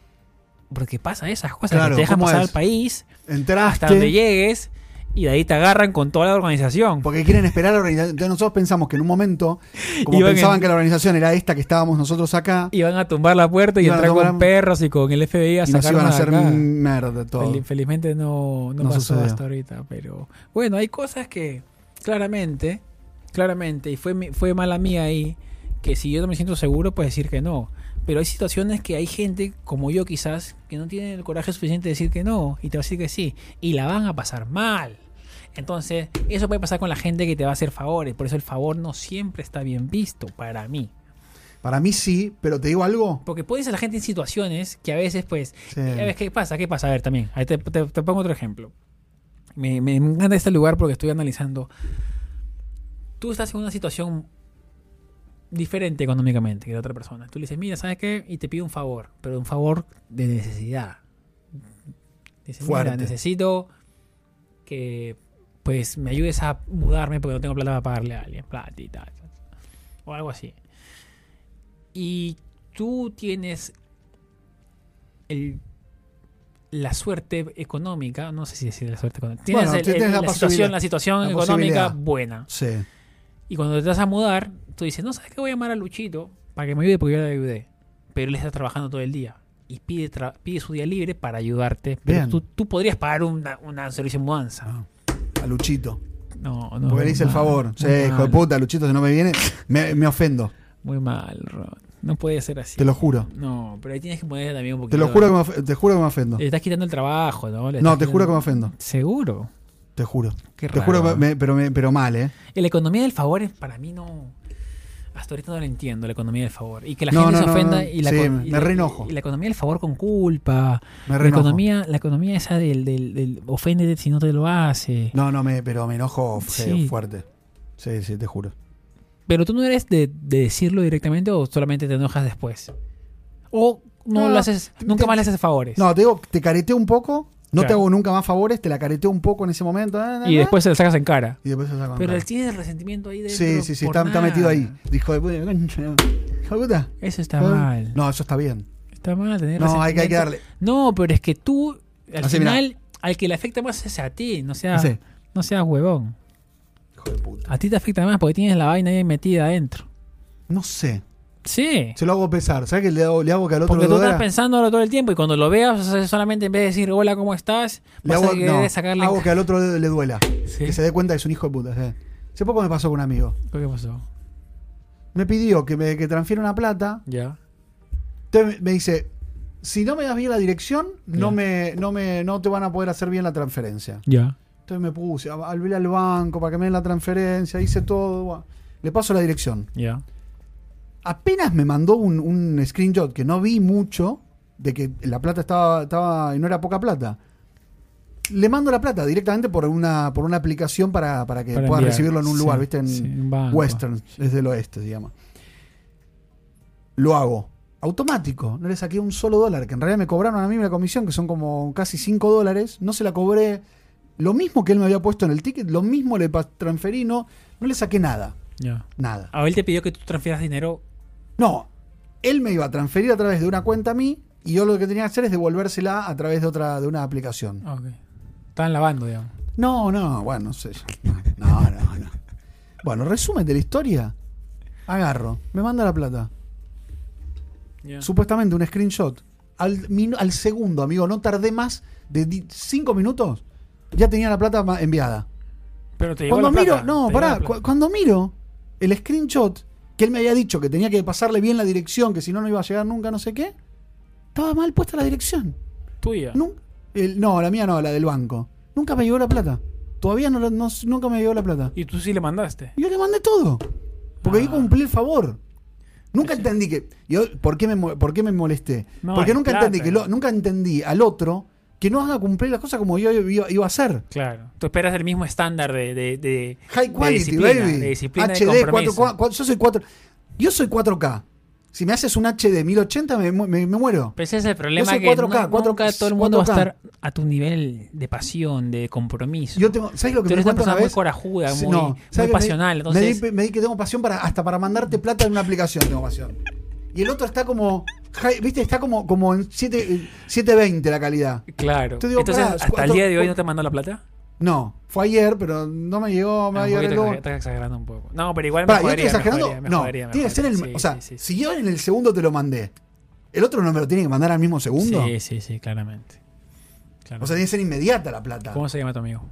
Porque pasa esas cosas, Claro, que te dejan ¿cómo pasar es? al país hasta donde Entraste. llegues y de ahí te agarran con toda la organización. Porque quieren esperar a la organización. Entonces nosotros pensamos que en un momento, como Iban en- pensaban que la organización era esta que estábamos nosotros acá, y, Y van a tumbar la puerta y Iban a entrar tumbar- con perros y con el FBI a nos sacar iban a hacer merda todo. Felizmente no, no No pasó sucedió. hasta ahorita, pero bueno, hay cosas que claramente, claramente, y fue, mi- fue mala mía ahí, que si yo no me siento seguro, pues decir que no. Pero hay situaciones que hay gente, como yo quizás, que no tiene el coraje suficiente de decir que no, y te va a decir que sí, y la van a pasar mal. Entonces, eso puede pasar con la gente que te va a hacer favores, por eso el favor no siempre está bien visto para mí. Para mí sí, pero te digo algo. Porque puedes a la gente en situaciones que a veces, pues, Sí. a ver, ¿qué pasa? ¿Qué pasa? A ver, también. Ahí te, te- te pongo otro ejemplo. Me, me encanta este lugar porque estoy analizando. Tú estás en una situación diferente económicamente que la otra persona. Tú le dices, mira, ¿sabes qué? Y te pide un favor, pero un favor de necesidad. Dices, Fuerte. mira, necesito que pues me ayudes a mudarme porque no tengo plata para pagarle a alguien. Plata y tal. O algo así. Y tú tienes el, la suerte económica, no sé si decir la suerte económica, tienes, Bueno, el- tienes el- la la, situación, posibilidad, la situación la económica posibilidad. buena. Sí. Y cuando te vas a mudar, tú dices, no sabes que voy a llamar a Luchito para que me ayude porque yo le ayudé. Pero él está trabajando todo el día. y pide, tra- pide su día libre para ayudarte. Pero Bien. tú, tú podrías pagar una, una servicio de mudanza. A Luchito. No, no. Porque le hice el mal, favor. muy Sí, hijo de mal, puta, Luchito, si no me viene, me, me ofendo. Muy mal, Ron. No puede ser así. Te lo juro. No, pero ahí tienes que poner también un poquito. Eh, Te lo juro que me, of- te juro que me ofendo. Le estás quitando el trabajo, ¿no? Le No, te estás juro que me quitando- ofendo. Seguro. Te juro. Qué Te juro, que raro. me- pero, me- pero mal, ¿eh? Y La economía del favor es para mí no. Hasta ahorita no la entiendo, la economía del favor. Y que la No, gente no, se no, ofenda no. y la Sí, co- me- me y la- reenojo. Y la economía del favor con culpa. Me La reenojo. economía, la economía esa del, del, del oféndete si no te lo hace. No, no, me, pero me enojo feo, Sí. fuerte. Sí, sí, te juro. Pero tú no eres de, de decirlo directamente o solamente te enojas después. O no, No, lo haces, nunca te- más le haces favores. No, te digo, te careteo un poco, no te Claro. hago nunca más favores, te la careteo un poco en ese momento. ah, ah, y ah, después se lo sacas en cara. Y después se sacan Pero cara. él tiene el resentimiento ahí de Sí, sí, sí, está, está metido ahí. Dijo de puta. concha, Hijo de puta. Eso está Ah, mal. No, eso está bien. Está mal tener No, hay que, hay que resentimiento. darle. No, pero es que tú, al Así, final, al que le afecta más es a ti, no seas, Sí. no seas huevón. Hijo de puta. A ti te afecta más porque tienes la vaina ahí metida adentro. No sé. Sí. Se lo hago pesar. ¿Sabes que le hago, le hago que al otro Porque tú dudara? estás pensándolo todo el tiempo y cuando lo veas, o sea, solamente en vez de decir hola, ¿cómo estás? Le Vas hago, a querer no, sacarle. hago que al otro le, le duela. Sí. Que se dé cuenta que es un hijo de puta. sí. Hace poco me pasó con un amigo. ¿Qué pasó? Me pidió que me que transfiera una plata. Ya. Entonces me- me dice, si no me das bien la dirección, no Ya. me, no me, no te van a poder hacer bien la transferencia. Ya. Entonces me puse, a- hablé al banco para que me den la transferencia, hice todo. gua- Le paso la dirección. Ya. Apenas me mandó un, un screenshot que no vi mucho de que la plata estaba, estaba y no era poca plata. Le mando la plata directamente por una, por una aplicación para, para que Para pueda enviar. recibirlo en un Sí, lugar, ¿viste? En sí, un banco. Western, desde el oeste, se llama. Lo hago. Automático. No le saqué un solo dólar, que en realidad me cobraron a mí una comisión, que son como casi 5 dólares. No se la cobré. Lo mismo que él me había puesto en el ticket, lo mismo le pa- transferí, no, no le saqué nada. Ya. Nada. A él te pidió que tú transfieras dinero. No, él me iba a transferir a través de una cuenta a mí y yo lo que tenía que hacer es devolvérsela a través de otra de una aplicación. Ah, ok. Estaban lavando, digamos. No, no, bueno, no sé. yo. No, no, no. Bueno, resumen de la historia. Agarro, me manda la plata. Ya. Supuestamente un screenshot. Al, minu- al segundo, amigo, no tardé más de 5 minutos. Ya tenía la plata ma- enviada. Pero te llegó Cuando la miro, plata, no, te pará, llegó la cu- plata. cuando miro el screenshot que él me había dicho que tenía que pasarle bien la dirección, que si no no iba a llegar nunca, no sé qué, estaba mal puesta la dirección. Tuya. Nun- el- no, la mía no, la del banco. Nunca me llegó la plata. Todavía no, la- no- nunca me llegó la plata. Y tú sí le mandaste. Y yo le mandé todo. Porque ahí Ah. cumplí el favor. Nunca entendí que. yo- ¿por, qué me, mo- ¿Por qué me molesté? No, Porque es nunca plata. entendí que lo- nunca entendí al otro que no haga cumplir las cosas como yo iba- iba a hacer. Claro. Tú esperas el mismo estándar de. de, de- High de quality, disciplina, baby. De disciplina y HD, compromiso. 4K, cua- yo soy 4 Yo soy 4K. Si me haces un HD 1080 me, mu- me- me muero. Pero Pues ese es el problema soy que 4K, no- 4K, nunca todo el mundo va a 4K. estar a tu nivel de pasión, de compromiso. Yo tengo, ¿sabes lo que Tú me eres di una cuenta persona una muy vez? corajuda, Sí, muy, no, muy ¿sabes que me- pasional. Entonces, me di, me di que tengo pasión para hasta para mandarte plata en una aplicación tengo pasión. Y el otro está como high- viste, está como como en 7 eh, 720 la calidad. claro. Te digo, Entonces, pará, hasta cuatro- el día de hoy cu- no te mandó la plata. No, fue ayer, pero no me llegó, me Ah, un llegó poquito luego. exager- estás exagerando un poco. No, pero igual me Pará, ¿yo jodería, estoy exagerando? me jodería, me no, jodería, me tiene que ser el. jodería. o sea, Sí, sí, sí. si yo en el segundo te lo mandé, ¿el otro no me lo tiene que mandar al mismo segundo? Sí, sí, sí, claramente. Claramente. O sea, tiene que ser inmediata la plata. ¿Cómo se llama tu amigo?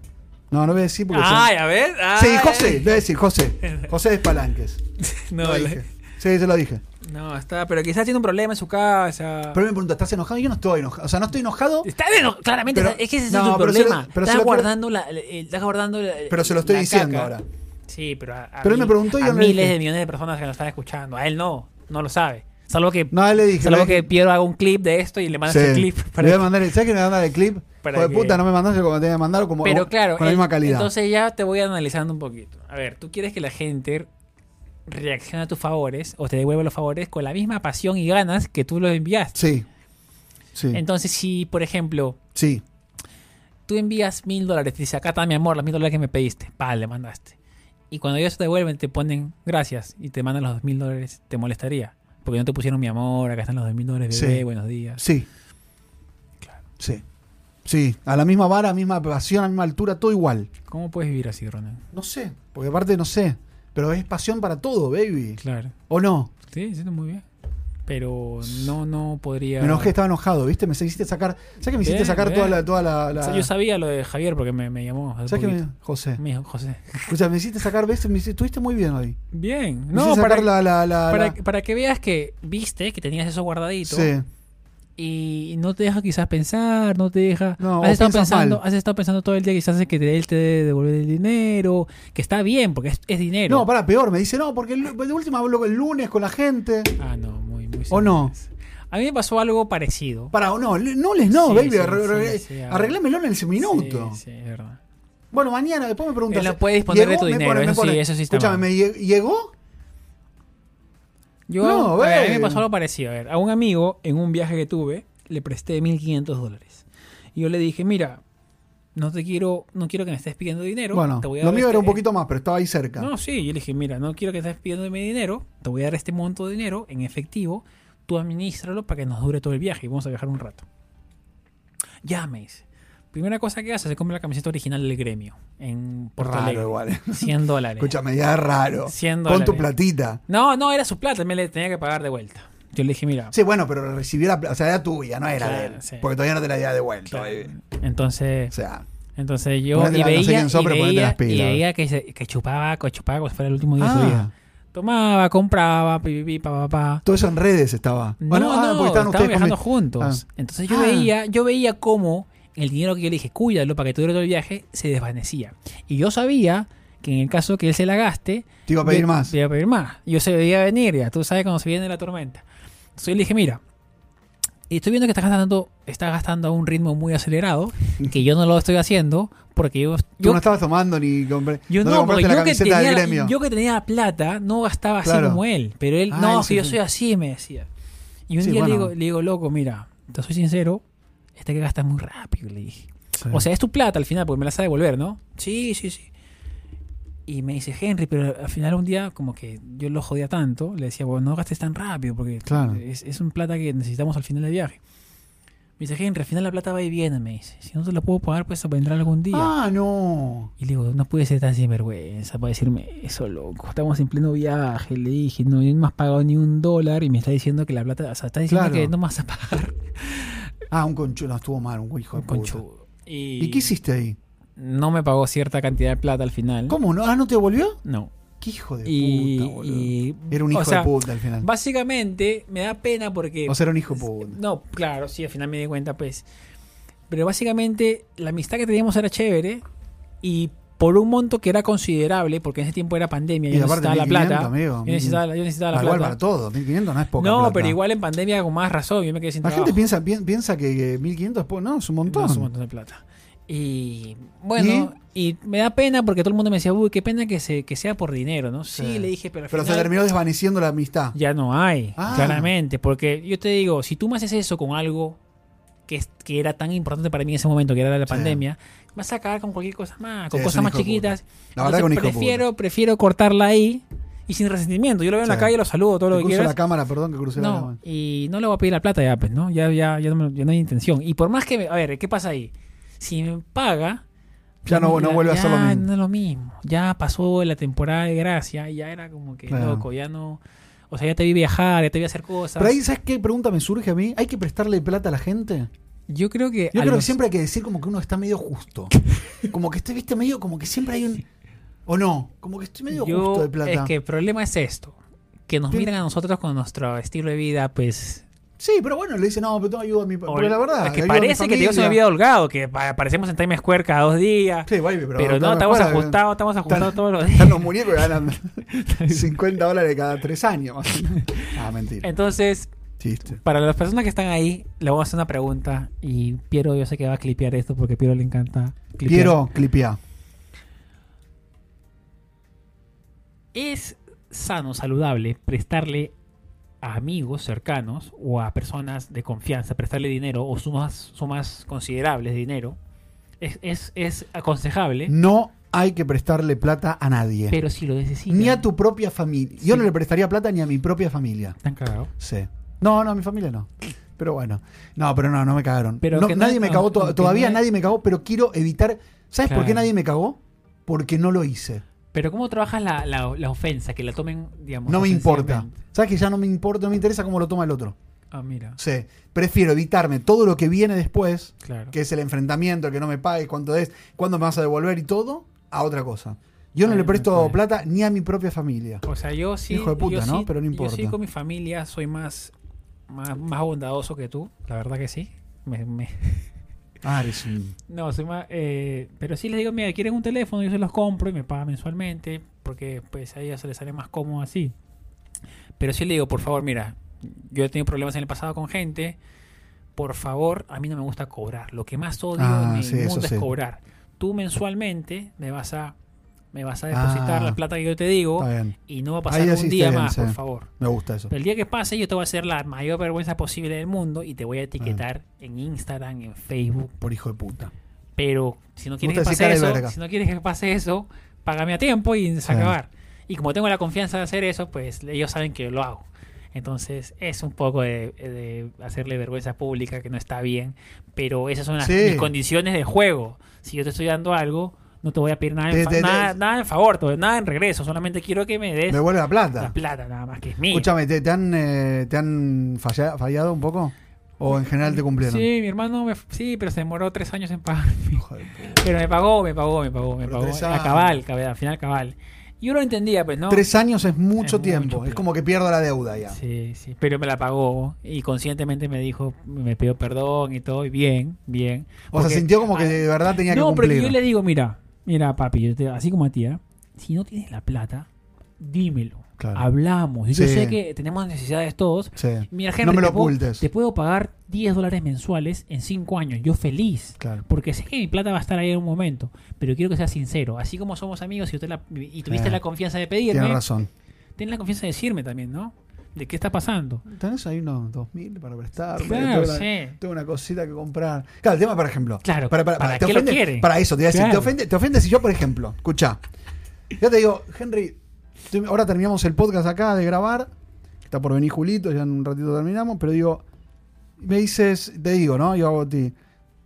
No, no voy a decir porque. Ay, a ver. son- Sí, ay. José, voy a decir José. José de Palanques. No, Lo dije. Sí, se lo dije. no, está, pero quizás tiene un problema en su casa. Pero él me pregunta, ¿estás enojado? Yo no estoy enojado. O sea, no estoy enojado, Está eno- claramente, Pero- está- es que ese es no, tu pero se lo- problema. pero se estás, lo quiero- guardando la, el- el- estás guardando la- pero se lo estoy la diciendo caca. ahora. Sí, pero a, a Pero él me preguntó y a yo no le miles dije. de millones de personas que nos están escuchando. A él no, no lo sabe. Salvo que, No, le dije. salvo le que dije- Piero haga un clip de esto y le manda Sí. ese clip. le Para voy a mandar el, ¿Sabes que me va a mandar el clip? Para Hijo de que- puta, no me mandaste como tenía que mandar o como, Pero como- claro, con la el- misma calidad. Entonces ya te voy analizando un poquito. A ver, tú quieres que la gente reaccione a tus favores o te devuelva los favores con la misma pasión y ganas que tú los enviaste. sí. Sí. Entonces, si por ejemplo, sí. tú tú envías mil dólares, te dice acá está mi amor, los mil dólares que me pediste, pa, le mandaste. Y cuando ellos te devuelven, te ponen gracias y te mandan los dos mil dólares, te molestaría. Porque no te pusieron mi amor, acá están los dos mil dólares, bebé, Sí. buenos días. Sí. Claro. Sí. Sí. A la misma vara, misma pasión, a la misma altura, todo igual. ¿Cómo puedes vivir así, Ronan? No sé. Porque aparte no sé. Pero es pasión para todo, baby. Claro. ¿O no? Sí, sí, muy bien. Pero no, no podría. Me enojé, estaba enojado, ¿viste? Me hiciste sacar. ¿Sabes que me hiciste Bien, sacar bien. toda la. Toda la, O la- sea, yo sabía lo de Javier porque me, me llamó. hace ¿Sabes qué poquito. me- José. Me dijo, José. Escucha, me hiciste sacar veces. Me hiciste, estuviste muy bien hoy. Bien. Me No, hiciste para, sacar la. la, la- para, la- para que veas que viste que tenías eso guardadito. Sí. y no te deja quizás pensar, no te deja. No, has o estado piensas pensando, mal. has estado pensando todo el día quizás que te- él te debe devolver el dinero, que está bien porque es, es dinero. No, para, peor. Me dice, no, porque el lu- de última hablo el lunes con la gente. Ah, no, muy muy ¿O no? A mí me pasó algo parecido. Para, no, le- no les no, Sí, baby. sí, arre- sí, arre- sí, ahora. arreglámelo en el minuto. Sí, sí, es verdad. Bueno, mañana, después me preguntas. Él no puede disponer de ¿llegó? tu Me dinero, pone- me eso sí, pone- eso sí está Escúchame, mal. ¿me lle- llegó? Yo, No, a, ver, a mí ven. me pasó algo parecido. A ver, a un amigo en un viaje que tuve le presté 1.500 dólares. Y yo le dije, mira, no te quiero, no quiero que me estés pidiendo dinero. Bueno, te voy a lo dar mío este- era un poquito más, pero estaba ahí cerca. No, sí, yo le dije, mira, no quiero que estés pidiendo mi dinero, te voy a dar este monto de dinero en efectivo, tú administralo para que nos dure todo el viaje y vamos a viajar un rato. Ya me dice. Primera cosa que hace, se compra la camiseta original del gremio en Porto raro Alegre. igual. 100 dólares. Escúchame, ya es raro. 100 Con tu dólares. platita. No, no, era su plata, me le tenía que pagar de vuelta. Yo le dije, mira. Sí, bueno, pero recibió la plata. O sea, era tuya, no era Claro, de él. sí. Porque todavía no te la había devuelto. claro. baby. O Entonces, sea, entonces yo Ponete y la- no sé veía, quién son, y pero ponete veía- las pilas. y veía que, se- que chupaba, que chupaba como si fuera el último día de su Ah. vida. Tomaba, compraba, pi, pi, pi, pa, pa, pa. todo eso en redes estaba. No, Bueno, ah, no, porque estaban estaban ustedes viajando comi- juntos. Entonces yo Ah. veía, yo veía cómo el dinero que yo le dije, cuídalo para que te dure todo el viaje, se desvanecía. Y yo sabía que en el caso que él se la gaste, Te iba a pedir yo- más. Te iba a pedir más. Yo se veía venir, ya tú sabes cuando se viene la tormenta. Entonces yo le dije, mira, estoy viendo que estás gastando, estás gastando a un ritmo muy acelerado, que yo no lo estoy haciendo, porque yo, Tú yo no estabas tomando ni compré. yo te no, porque compraste la yo que, camiseta tenía, del la- gremio. yo que tenía la plata no gastaba así Claro. como él. Pero él, Ah, no, él que yo sí. soy así, me decía. Y un Sí, día le, bueno. digo, le digo, loco, mira, te soy sincero, este que gastas muy rápido, le dije. Sí. O sea, es tu plata al final, porque me la has de devolver, ¿no? Sí, sí, sí. Y me dice, Henry, pero al final un día, como que yo lo jodía tanto, le decía, bueno, no gastes tan rápido, porque Claro. es, es un plata que necesitamos al final del viaje. Me dice, Henry, al final la plata va y viene, me dice. Si no te la puedo pagar, pues vendrá algún día. ah, no. Y le digo, no pude ser tan sinvergüenza para decirme eso, loco. Estamos en pleno viaje. Le dije, no, no me has pagado ni un dólar y me está diciendo que la plata. O sea, está diciendo Claro. que no me vas a pagar Ah, un conchudo. No, estuvo mal, un hijo de puta. con chudo. Y, ¿Y qué hiciste ahí? No me pagó cierta cantidad de plata al final. ¿Cómo? no? ¿Ah, no te devolvió? No. ¿Qué hijo de Y, puta, boludo? y- Era un o hijo sea, de puta al final. Básicamente, me da pena porque. O sea, era un hijo de puta. No, claro, sí, al final me di cuenta, pues. Pero básicamente, la amistad que teníamos era chévere y por un monto que era considerable, porque en ese tiempo era pandemia, Y yo aparte, necesitaba la 1500, plata. amigo, yo necesitaba, la- yo necesitaba la Ah, igual plata. para todo, 1500 no es poca. no, plata. pero igual en pandemia con más razón, yo me quedé sin La gente trabajo. piensa, pi- piensa que eh, 1500 es poco. No, es un montón. No, es un montón de plata. Y bueno, ¿Y? me da pena porque todo el mundo me decía, uy, qué pena que, se, que sea por dinero, ¿no? Sí, Sí. le dije, pero al Pero se final- terminó desvaneciendo la amistad. Ya no hay, Ah. claramente. Porque yo te digo, si tú me haces eso con algo que, es- que era tan importante para mí en ese momento, que era la Sí. pandemia, vas a acabar con cualquier cosa más, con Sí, es cosas un más hijo de chiquitas. La verdad que un hijo de puta. prefiero, prefiero cortarla ahí y sin resentimiento. Yo lo veo en Sí. la calle, lo saludo, todo Que lo que cruce la quieras. cámara, perdón que crucé la No, cámara. y no le voy a pedir la plata ya, pues, ¿no? Ya, ya, ya, no, me- ya no hay intención. Y por más que, me- a ver, ¿qué pasa ahí? Si me paga... Ya no- no vuelve a ya ser lo mismo. no es lo mismo. Ya pasó la temporada de gracia y ya era como que Claro. loco, ya no... O sea, ya te vi viajar, ya te vi hacer cosas. Pero ahí, ¿sabes qué pregunta me surge a mí? ¿Hay que prestarle plata a la gente? Yo creo que... Yo a creo que los- siempre hay que decir como que uno está medio justo. Como que estoy, viste, medio, como que siempre hay un. ¿O no? Como que estoy medio yo- justo de plata. Es que el problema es esto. Que nos Pero- miran a nosotros con nuestro estilo de vida, pues... Sí, pero bueno, le dice, no, pero tengo ayuda a mi. pa-". Porque ol- la verdad. es que ayuda a mi parece que te digo, se me familia. había holgado, que pa- aparecemos en Times Square cada dos días. Sí, baby, pero. Pero no, me estamos acuerdo que- ajustados, estamos ajustados todos los días. Están los muñecos que ganan 50 dólares cada 3 años. más o menos. Ah, mentira. Entonces, Chiste. para las personas que están ahí, le voy a hacer una pregunta. Y Piero, yo sé que va a clipear esto porque a Piero le encanta clipear. Piero, clipea. ¿es sano, saludable prestarle a amigos cercanos o a personas de confianza, prestarle dinero o sumas, sumas considerables de dinero? Es, es, es aconsejable, No hay que prestarle plata a nadie. pero si lo necesitas. ni a tu propia familia. Yo Sí. no le prestaría plata ni a mi propia familia. Están cagados. Sí. No, no, a mi familia no. Pero bueno. No, pero no, no me cagaron. Pero No, que no- nadie me cagó, to- aunque todavía no- nadie me cagó, pero quiero evitar. ¿Sabes por qué ¿eh? Claro. nadie me cagó? Porque no lo hice. Pero ¿cómo trabajas la, la- la ofensa? Que la tomen, digamos. No me importa. ofensivamente. ¿Sabes que ya no me importa, no me interesa cómo lo toma el otro? Ah, mira. Sí, prefiero evitarme todo lo que viene después, Claro. que es el enfrentamiento, el que no me pagues, cuánto es, cuándo me vas a devolver y todo, a otra cosa. Yo no Ay, le me presto parece. plata ni a mi propia familia. O sea, yo sí. Hijo de puta, yo ¿no? sí- Pero no importa. Yo sí con mi familia soy más, más, más bondadoso que tú. La verdad que sí. Me- me- Ah, eres un- No, soy más. eh, pero sí les digo, mira, quieren un teléfono, yo se los compro y me pagan mensualmente. Porque pues a ellos se les sale más cómodo así. Pero sí le digo, por favor, mira, yo he tenido problemas en el pasado con gente. Por favor, a mí no me gusta cobrar. Lo que más odio Ah, en el sí, eso mundo es sí. cobrar. Tú mensualmente me vas a me vas a depositar Ah. la plata que yo te digo Está bien, y no va a pasar Ahí un asiste día bien, más, sí. por favor. me gusta eso. Pero el día que pase, yo te voy a hacer la mayor vergüenza posible del mundo y te voy a etiquetar Ah. en Instagram, en Facebook. Por hijo de puta. Pero si no quieres que gusta decir pase cara de eso, verga. si no quieres que pase eso, págame a tiempo y se Sí. acabar. Y como tengo la confianza de hacer eso, pues ellos saben que lo hago. Entonces es un poco de, de hacerle vergüenza pública que no está bien, pero esas son las Sí. mis condiciones de juego. Si yo te estoy dando algo, no te voy a pedir nada, en, Te- fa- te- nada, te- nada en favor, todo- nada en regreso. Solamente quiero que me des Me vuelve la plata. la plata, nada más que es mía. Escúchame, ¿te, te han, eh, te han falla- fallado un poco? ¿O en general te cumplieron? Sí, mi hermano, me, sí, pero se demoró tres años en pagar. Hijo de puta. Pero me pagó, me pagó, me pagó, me Pero pagó. tres A años. cabal, cabal, al final cabal. Y yo lo entendía, pues, ¿no? Tres años es mucho Es tiempo. mucho es como que pierdo la deuda ya. Sí, sí, pero me la pagó y conscientemente me dijo, me pidió perdón y todo, y bien, bien. o sea, Porque- sintió como que ah, de verdad tenía que no, cumplir. pero yo le digo, mira, mira, papi, yo te- así como a tía, si no tienes la plata, dímelo. Claro. Hablamos. Y Yo Sí. sé que tenemos necesidades todos. Sí, Mira, No Henry, me lo te puedo- ocultes. te puedo pagar 10 dólares mensuales en 5 años. Yo feliz. claro. Porque sé que mi plata va a estar ahí en un momento, pero quiero que seas sincero. Así como somos amigos y, usted la- y tuviste Eh, la confianza de Tienes pedirme, razón. ten la confianza de decirme también, ¿no? De qué está pasando. ¿Tenés ahí unos 2.000 para prestarme? Claro, tengo, una, sí. tengo una cosita que comprar. Claro, el tema, por ejemplo. Claro, para, ¿para ¿te qué lo ofende? quiere? Para eso, te iba a decir, Claro. te, ofende, te ofende si yo, por ejemplo, escucha. Yo te digo, Henry, estoy- ahora terminamos el podcast acá de grabar. Está por venir Julito, ya en un ratito terminamos, pero digo, me dices, te digo, ¿no? Yo hago a ti.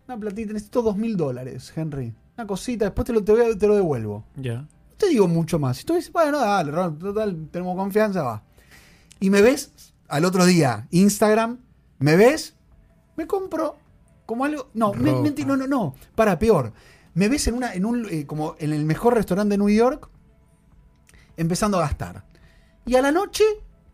Una platita, necesito 2.000 dólares, Henry. Una cosita, después te lo, te voy a- te lo devuelvo Ya. no te digo mucho más. Si tú dices, bueno, dale, Ron, total, tenemos confianza, va. Y me ves al otro día, Instagram, me ves, me compro como algo. No, me- Ropa. mentí, no, no, no. Para, peor. Me ves en una, en un, eh, como en el mejor restaurante de New York, empezando a gastar. Y a la noche,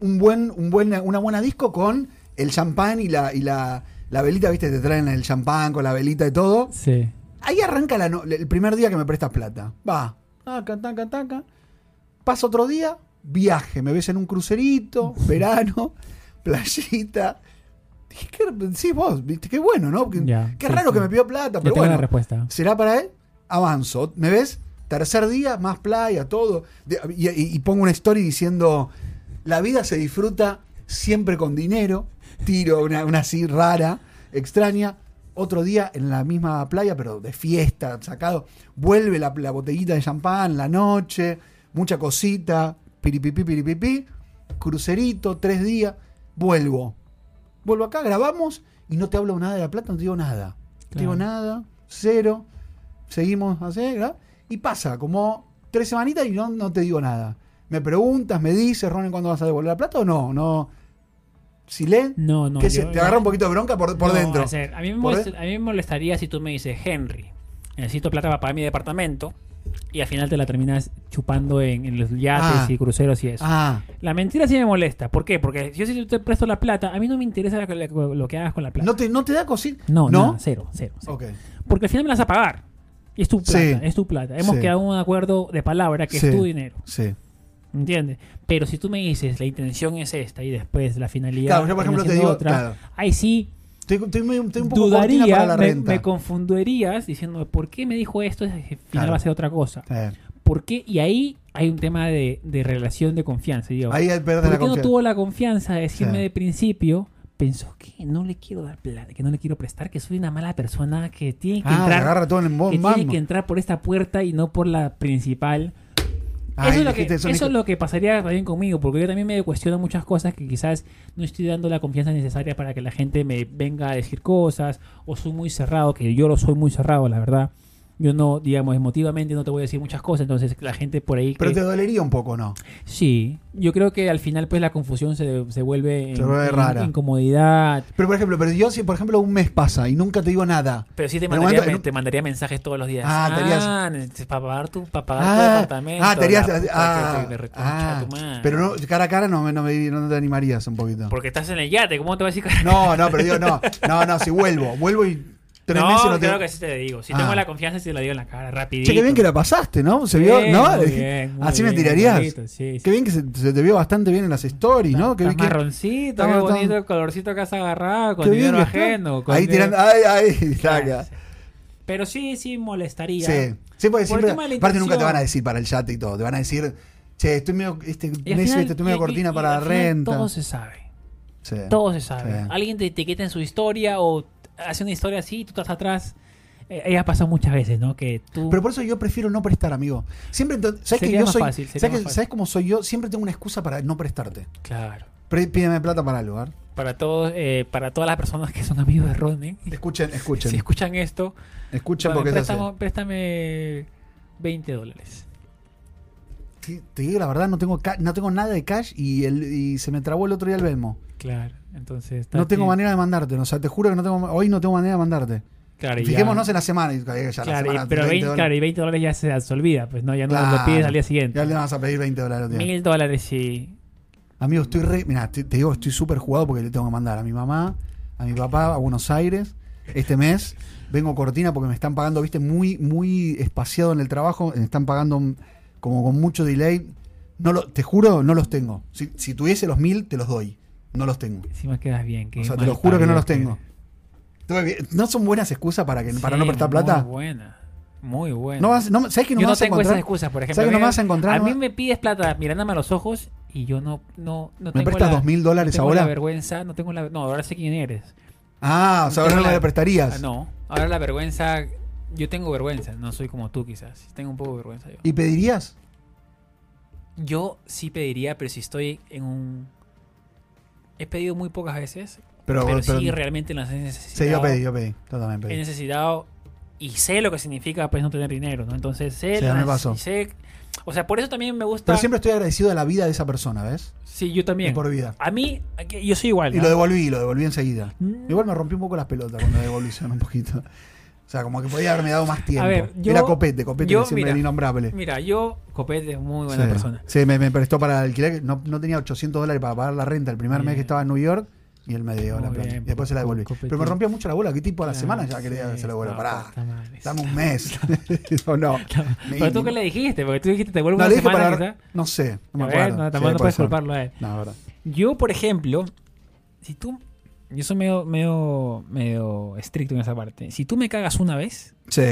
un buen, un buen, una buena disco con el champán y la, y la, la velita, viste, te traen el champán con la velita y todo. Sí. Ahí arranca la no- el primer día que me prestas plata. Va. Taca, taca, taca. Pasa otro día, viaje. Me ves en un crucerito, verano, playita. Dije, ¿qué, sí, vos, viste, qué bueno, ¿no? Porque- Ya, qué sí, raro sí. que me pidió plata, pero la bueno. respuesta. ¿Será para él? Avanzo. ¿Me ves? Tercer día, más playa, todo. De- y, y- y pongo una story diciendo, la vida se disfruta siempre con dinero. Tiro una, una así rara, extraña. Otro día en la misma playa, pero de fiesta, sacado. Vuelve la, la botellita de champán, la noche, mucha cosita, piripipi, piripipi. Crucerito, tres días. Vuelvo. Vuelvo acá, grabamos y no te hablo nada de la plata, no te digo nada. No te digo Claro. nada, cero. Seguimos así, ¿verdad? Y pasa como tres semanitas y no, no te digo nada. Me preguntas, me dices, Ronen, ¿cuándo vas a devolver la plata o no? No. Silencio. No, no. que yo- se- te agarra un poquito de bronca por, por no, dentro. a ver, a, mí me Por molest- a mí me molestaría si tú me dices, Henry, necesito plata para pagar mi departamento y al final te la terminas chupando en, en los yates Ah. y cruceros y eso. Ah, La mentira sí me molesta. ¿Por qué? Porque yo si te presto la plata, a mí no me interesa lo que- lo que hagas con la plata. no te, no te da cosita. No, no, no. cero, cero, cero. Ok. Porque al final me las vas a pagar. Y es tu plata, Sí. es tu plata. Hemos Sí. quedado en un acuerdo de palabra que Sí. es tu dinero, Sí. ¿entiendes? Pero si tú me dices la intención es esta y después la finalidad Claro, yo por termina ejemplo te siendo digo. otra, claro. ahí sí Estoy, estoy medio- estoy un poco cortina para dudaría, la me, renta. me confundirías diciendo, ¿por qué me dijo esto? Y al final Claro. va a ser otra cosa. Eh, ¿Por qué? Y ahí hay un tema de, de relación de confianza. Digo, ahí ¿Por perdés la qué no confianza. tuvo la confianza de decirme Sí. de principio? Pensó que no le quiero dar plata, que no le quiero prestar, que soy una mala persona, que tiene que ah, te entrar, agarra todo en el que bom- tiene mambo. que entrar por esta puerta y no por la principal. Ay, eso es lo que, Ah, dijiste, son eso es hijo- lo que pasaría también conmigo, porque yo también me cuestiono muchas cosas que quizás no estoy dando la confianza necesaria para que la gente me venga a decir cosas, o soy muy cerrado, que yo lo soy muy cerrado, la verdad. yo no, digamos, emotivamente no te voy a decir muchas cosas, entonces la gente por ahí... Pero que- te dolería un poco, ¿no? Sí, yo creo que al final pues la confusión se, se vuelve, Se vuelve rara. incomodidad. Pero por ejemplo, pero yo si por ejemplo un mes pasa y nunca te digo nada. Pero sí te Pero mandaría, bueno, en men- un- te mandaría mensajes todos los días. Ah, te harías- para pagar tu, para pagar tu Ah, departamento. ah, te harías- la puta ah, que te- me ah, reconcha tu madre. pero no, cara a cara no, me- no, me- no te animarías un poquito. Porque estás en el yate, ¿cómo te vas a decir que- No, no, pero digo, no, no, no, si vuelvo, vuelvo y tres no, meses no te claro que sí te digo. Si Ah. tengo la confianza, sí te la digo en la cara, rapidito. Che, qué bien que la pasaste, ¿no? Se vio, Bien, ¿no? muy bien, muy Así me bien, tirarías. bonito, sí, sí. Qué bien que se, se te vio bastante bien en las stories, ¿no? Qué, Estás qué- marroncito, Estamos- qué bonito estamos- el colorcito que has agarrado, qué con bien dinero que está. ajeno. con Ahí dinero- tirando, ay, ay, Ah, saca. sí. Pero sí, sí molestaría. Sí, sí, porque Por el siempre, tema de la aparte nunca te intención. van a decir para el yate y todo, te van a decir, che, estoy medio, este Y al mes final- este, estoy medio y- y- cortina y para la al final renta. Todo se sabe. Sí. Todo se sabe. Sí. Alguien te etiqueta en su historia o hace una historia así y tú estás atrás. Eh, eh, ha pasado muchas veces, ¿no? Que tú. Pero por eso yo prefiero no prestar, amigo. Siempre, ento- ¿sabes que Sería yo más soy? fácil, sería ¿sabes, más que- fácil. ¿sabes cómo soy yo? Siempre tengo una excusa para no prestarte. Claro. Pre- pídeme plata para algo, a ver. Para, todos, eh, para todas las personas que son amigos de Rodney, Escuchen, escuchen. si escuchan esto, Escuchen dame, porque es así. préstamo- préstame 20 dólares. Sí, Te digo la verdad, no tengo, ca- no tengo nada de cash y, el, y se me trabó el otro día el Belmo. Claro. Entonces. No está- tengo manera de mandarte, o sea, te juro que no tengo, hoy no tengo manera de mandarte. Claro, y ya- Fijémonos en la semana. y- ya la Claro, y- semana, pero 20 20, dólares. claro, y 20 dólares ya se, se olvida, pues no, ya no Claro. lo pides al día siguiente. Ya le vas a pedir 20 dólares. tío. Mil dólares sí. Amigo, estoy re. Mira, te, te digo, estoy súper jugado porque le tengo que mandar a mi mamá, a mi papá, a Buenos Aires. Este mes vengo cortina porque me están pagando, viste, muy, muy espaciado en el trabajo. Me están pagando mm, como con mucho delay. No lo, te juro, no los tengo. Si, si tuviese los mil, te los doy. No los tengo. Encima quedas bien. qué o sea, te mal lo juro que no parido este. los tengo. Tuve que- ¿No son buenas excusas para, que, para no prestar plata? Muy buena. Muy buena. No vas- no- ¿Sabes que no me yo no vas a tengo esas encontrar? excusas, por ejemplo. ¿Sabes que no mira, me vas a encontrar? A No mí me- me pides plata mirándome a los ojos y yo no, no, no ¿Me tengo prestas la- dos mil no dólares tengo la ahora? vergüenza, no tengo la... No, ahora sé quién eres. Ah, o sea, ahora tengo no me la- le prestarías. Ah, no, ahora la vergüenza... Yo tengo vergüenza, no soy como tú quizás. Tengo un poco de vergüenza yo. ¿Y pedirías? Yo sí pediría, pero si estoy en un... He pedido muy pocas veces, Pero, pero, pero- sí realmente las he necesitado. Sí, yo pedí, yo pedí. Yo también he pedí. necesitado y sé lo que significa pues no tener dinero, ¿no? Entonces sé, Sí, me las- pasó. y sé- o sea, por eso también me gusta Pero siempre estoy agradecido a la vida de esa persona, ¿ves? Sí, yo Y también. por vida. A mí aquí- yo soy igual. Y ¿no? lo devolví, lo devolví enseguida. Mm, Igual me rompí un poco las pelotas cuando devolví son un poquito. O sea, como que podía haberme dado más tiempo. ver, yo- Era Copete, Copete yo, que siempre mira, era innombrable. Mira, yo Copete es muy buena sí, persona. Sí, me, me prestó para alquiler. No, no tenía 800 dólares para pagar la renta el primer mes Bien. que estaba en New York. Y él me dio Muy la plata. bien, Y después se la devolví. Copete. Pero me rompía mucho la bola. ¿Qué tipo a la Claro, semana ya quería Ah, sí, que se la devuelva? no, Pará. está mal, está Dame un mes. o no. Me- Pero tú qué le dijiste, porque tú dijiste te vuelvo No, una le dije semana para. quizá. No sé. No A me ver, acuerdo. no, Sí, tampoco no puede puedes ser. culparlo a él. No, es verdad. Yo, por ejemplo, si tú yo soy medio, medio, medio estricto en esa parte. Si tú me cagas una vez, Sí.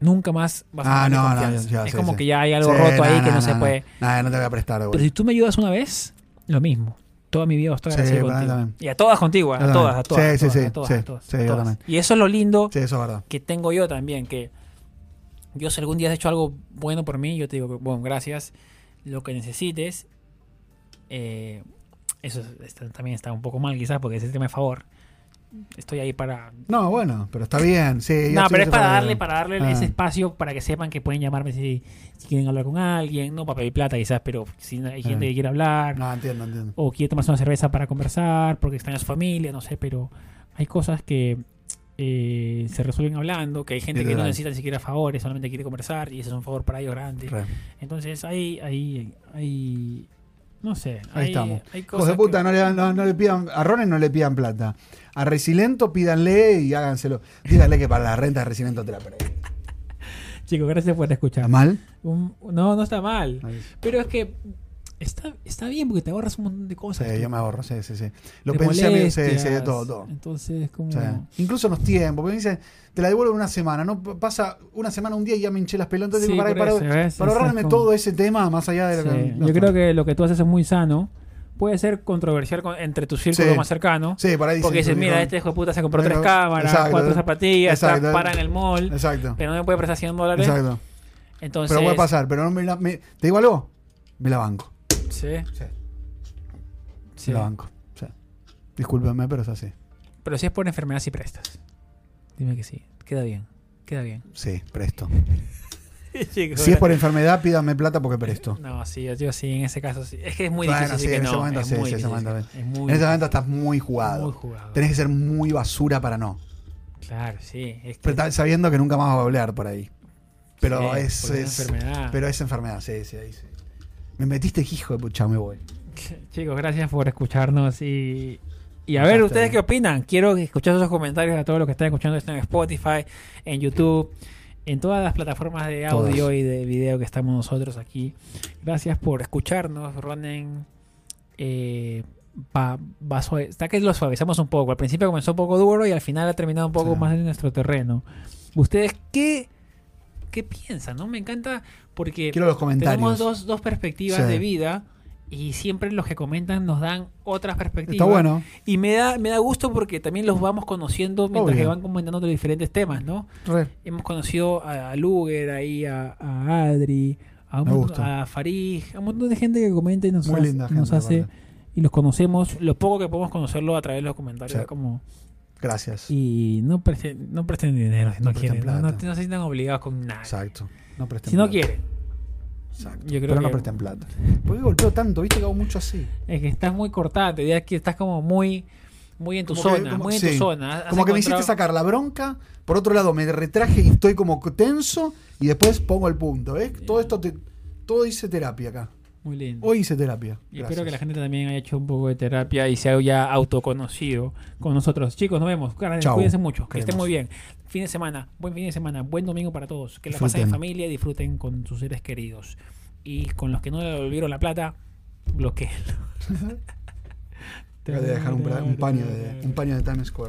nunca más vas Ah, a tener no, no, confianza. ya, ya, es sí, como sí. que ya hay algo roto ahí que no, se puede. Nada, no te voy a prestar, Pero güey. si tú me ayudas una vez, lo mismo. Toda mi vida estoy Sí, agradecido bueno, contigo. también. Y a todas contigo, a Yo todas, también. a todas. Sí, a sí, todas, sí, a todas, sí, a todas, sí, a yo todas. también. Y eso es lo lindo Sí, eso es verdad. que tengo yo también, que yo si algún día has hecho algo bueno por mí, yo te digo, bueno, gracias, lo que necesites. Eh, eso es- está- también está un poco mal quizás porque es el tema de favor. Estoy ahí para... No, bueno, pero está bien. Sí, yo No, estoy pero es de para acuerdo. darle, para darle Ah. ese espacio para que sepan que pueden llamarme si, si quieren hablar con alguien, no para pedir plata quizás, pero si hay gente Ah. que quiere hablar, No, entiendo, entiendo. o quiere tomarse una cerveza para conversar, porque extraña a su familia, no sé, pero hay cosas que eh, se resuelven hablando, que hay gente que no Literal. necesita ni siquiera favores, solamente quiere conversar y eso es un favor para ellos grande. Re. Entonces ahí, ahí, ahí, no sé, Ahí hay- estamos. hay Hijos de cosas puta, que- no, le, no- no le pidan, a Ronen no le pidan plata. A Resilento pídanle y háganselo. Díganle que para la renta de Resilento te la perdí. Chicos, gracias por ¿Está escuchar. mal? Un- no, no está mal, Ahí. pero es que está, está bien porque te ahorras un montón de Sí, cosas. yo tú. me ahorro, sí, sí, sí. Lo Te pensé, amigo, sí, sí, molestias. todo, todo. Entonces, como... Sí. Incluso en los tiempos, porque me dicen, te la devuelvo en una semana, no P- pasa una semana, un día y ya me hinché las pelotas, Sí, digo, para, por para- eso, ¿ves? para ahorrarme Exacto. todo ese tema, más allá de lo Sí, que... no Yo está. creo que lo que tú haces es muy sano. Puede ser controversial con- entre tu círculo Sí. más cercano. Sí, por ahí dicen, porque dices, digo, mira, este hijo de puta se compró Pero- tres cámaras, exacto. cuatro zapatillas, está- Exacto. para en el mall, Exacto, pero no me puede prestar 100 dólares. exacto. Entonces, Pero puede pasar, pero no me la... me- ¿Te digo algo? Me la banco. Sí, Sí, sí. Me la banco. Sí. Discúlpenme, pero es así. Pero si es por enfermedad, sí prestas. Dime que sí. Queda bien. Queda bien. Sí, presto. Chico, Si es por enfermedad, pídame plata porque presto. No, sí, yo, yo sí, en ese caso sí. Es que es muy Bueno, difícil. sí, decir en que ese no, momento es sí, muy sí, en ese difícil. momento. Es muy En ese difícil. momento estás muy jugado. Muy jugado. Tenés que ser muy basura para no. Claro, sí. Es que- Pero tal- sabiendo que nunca más va a hablar por ahí. Pero sí, es, eh, porque es- enfermedad. Pero es enfermedad, sí, sí, ahí sí. Me metiste hijo de pucha, me voy. Chicos, gracias por escucharnos y, y a ver ustedes qué opinan. Quiero escuchar sus comentarios a todos los que están escuchando esto en Spotify, en YouTube, en todas las plataformas de audio Todas. y de video que estamos nosotros aquí. Gracias por escucharnos, Ronen. Eh, va- va suave- Está que lo suavizamos un poco. Al principio comenzó un poco duro y al final ha terminado un poco Sí. más en nuestro terreno. ¿Ustedes qué, qué piensan? ¿no? Me encanta porque... Quiero los Eh, Tenemos comentarios. dos, dos perspectivas Sí. de vida y siempre los que comentan nos dan otras perspectivas. Está bueno. Y me da, me da gusto porque también los vamos conociendo mientras Obvio. que van comentando los diferentes temas, ¿no? Re. Hemos conocido a, a Luger, ahí a, a Adri, a, un Me montón- gusta. a Farij, a un montón de gente que comenta y nos, Muy hace- linda gente, nos hace... aparte. Y los conocemos, lo poco que podemos conocerlo a través de los comentarios. Sí. como Gracias. Y no, preste- no presten dinero, si No no, presten quieren. No, no, plata. no se sientan obligados con nada. Exacto. No presten Si no plata. quieren. Exacto. Yo creo Pero no que- presten plata. ¿Por qué golpeo tanto? ¿Viste que hago mucho así? Es que estás muy cortante, ya que estás como muy, muy en tu Como que- zona, como- muy en sí. tu zona. Has Como que me hiciste encontrado- sacar la bronca, por otro lado me retraje y estoy como tenso y después pongo el punto, ¿ves? Todo esto te, todo hice terapia acá. Muy lindo. Hoy hice terapia. y Gracias. espero que la gente también haya hecho un poco de terapia y se haya autoconocido con nosotros. Chicos, nos vemos. Carnales, Chau. Cuídense mucho, que Queremos. estén muy bien. Fin de semana, buen fin de semana, buen domingo para todos. Que la Disfruten. pasen en familia, disfruten con sus seres queridos. Y con los que no le devolvieron la plata, bloqueen. Voy a dejar un, pra- un paño de un paño de Times Square.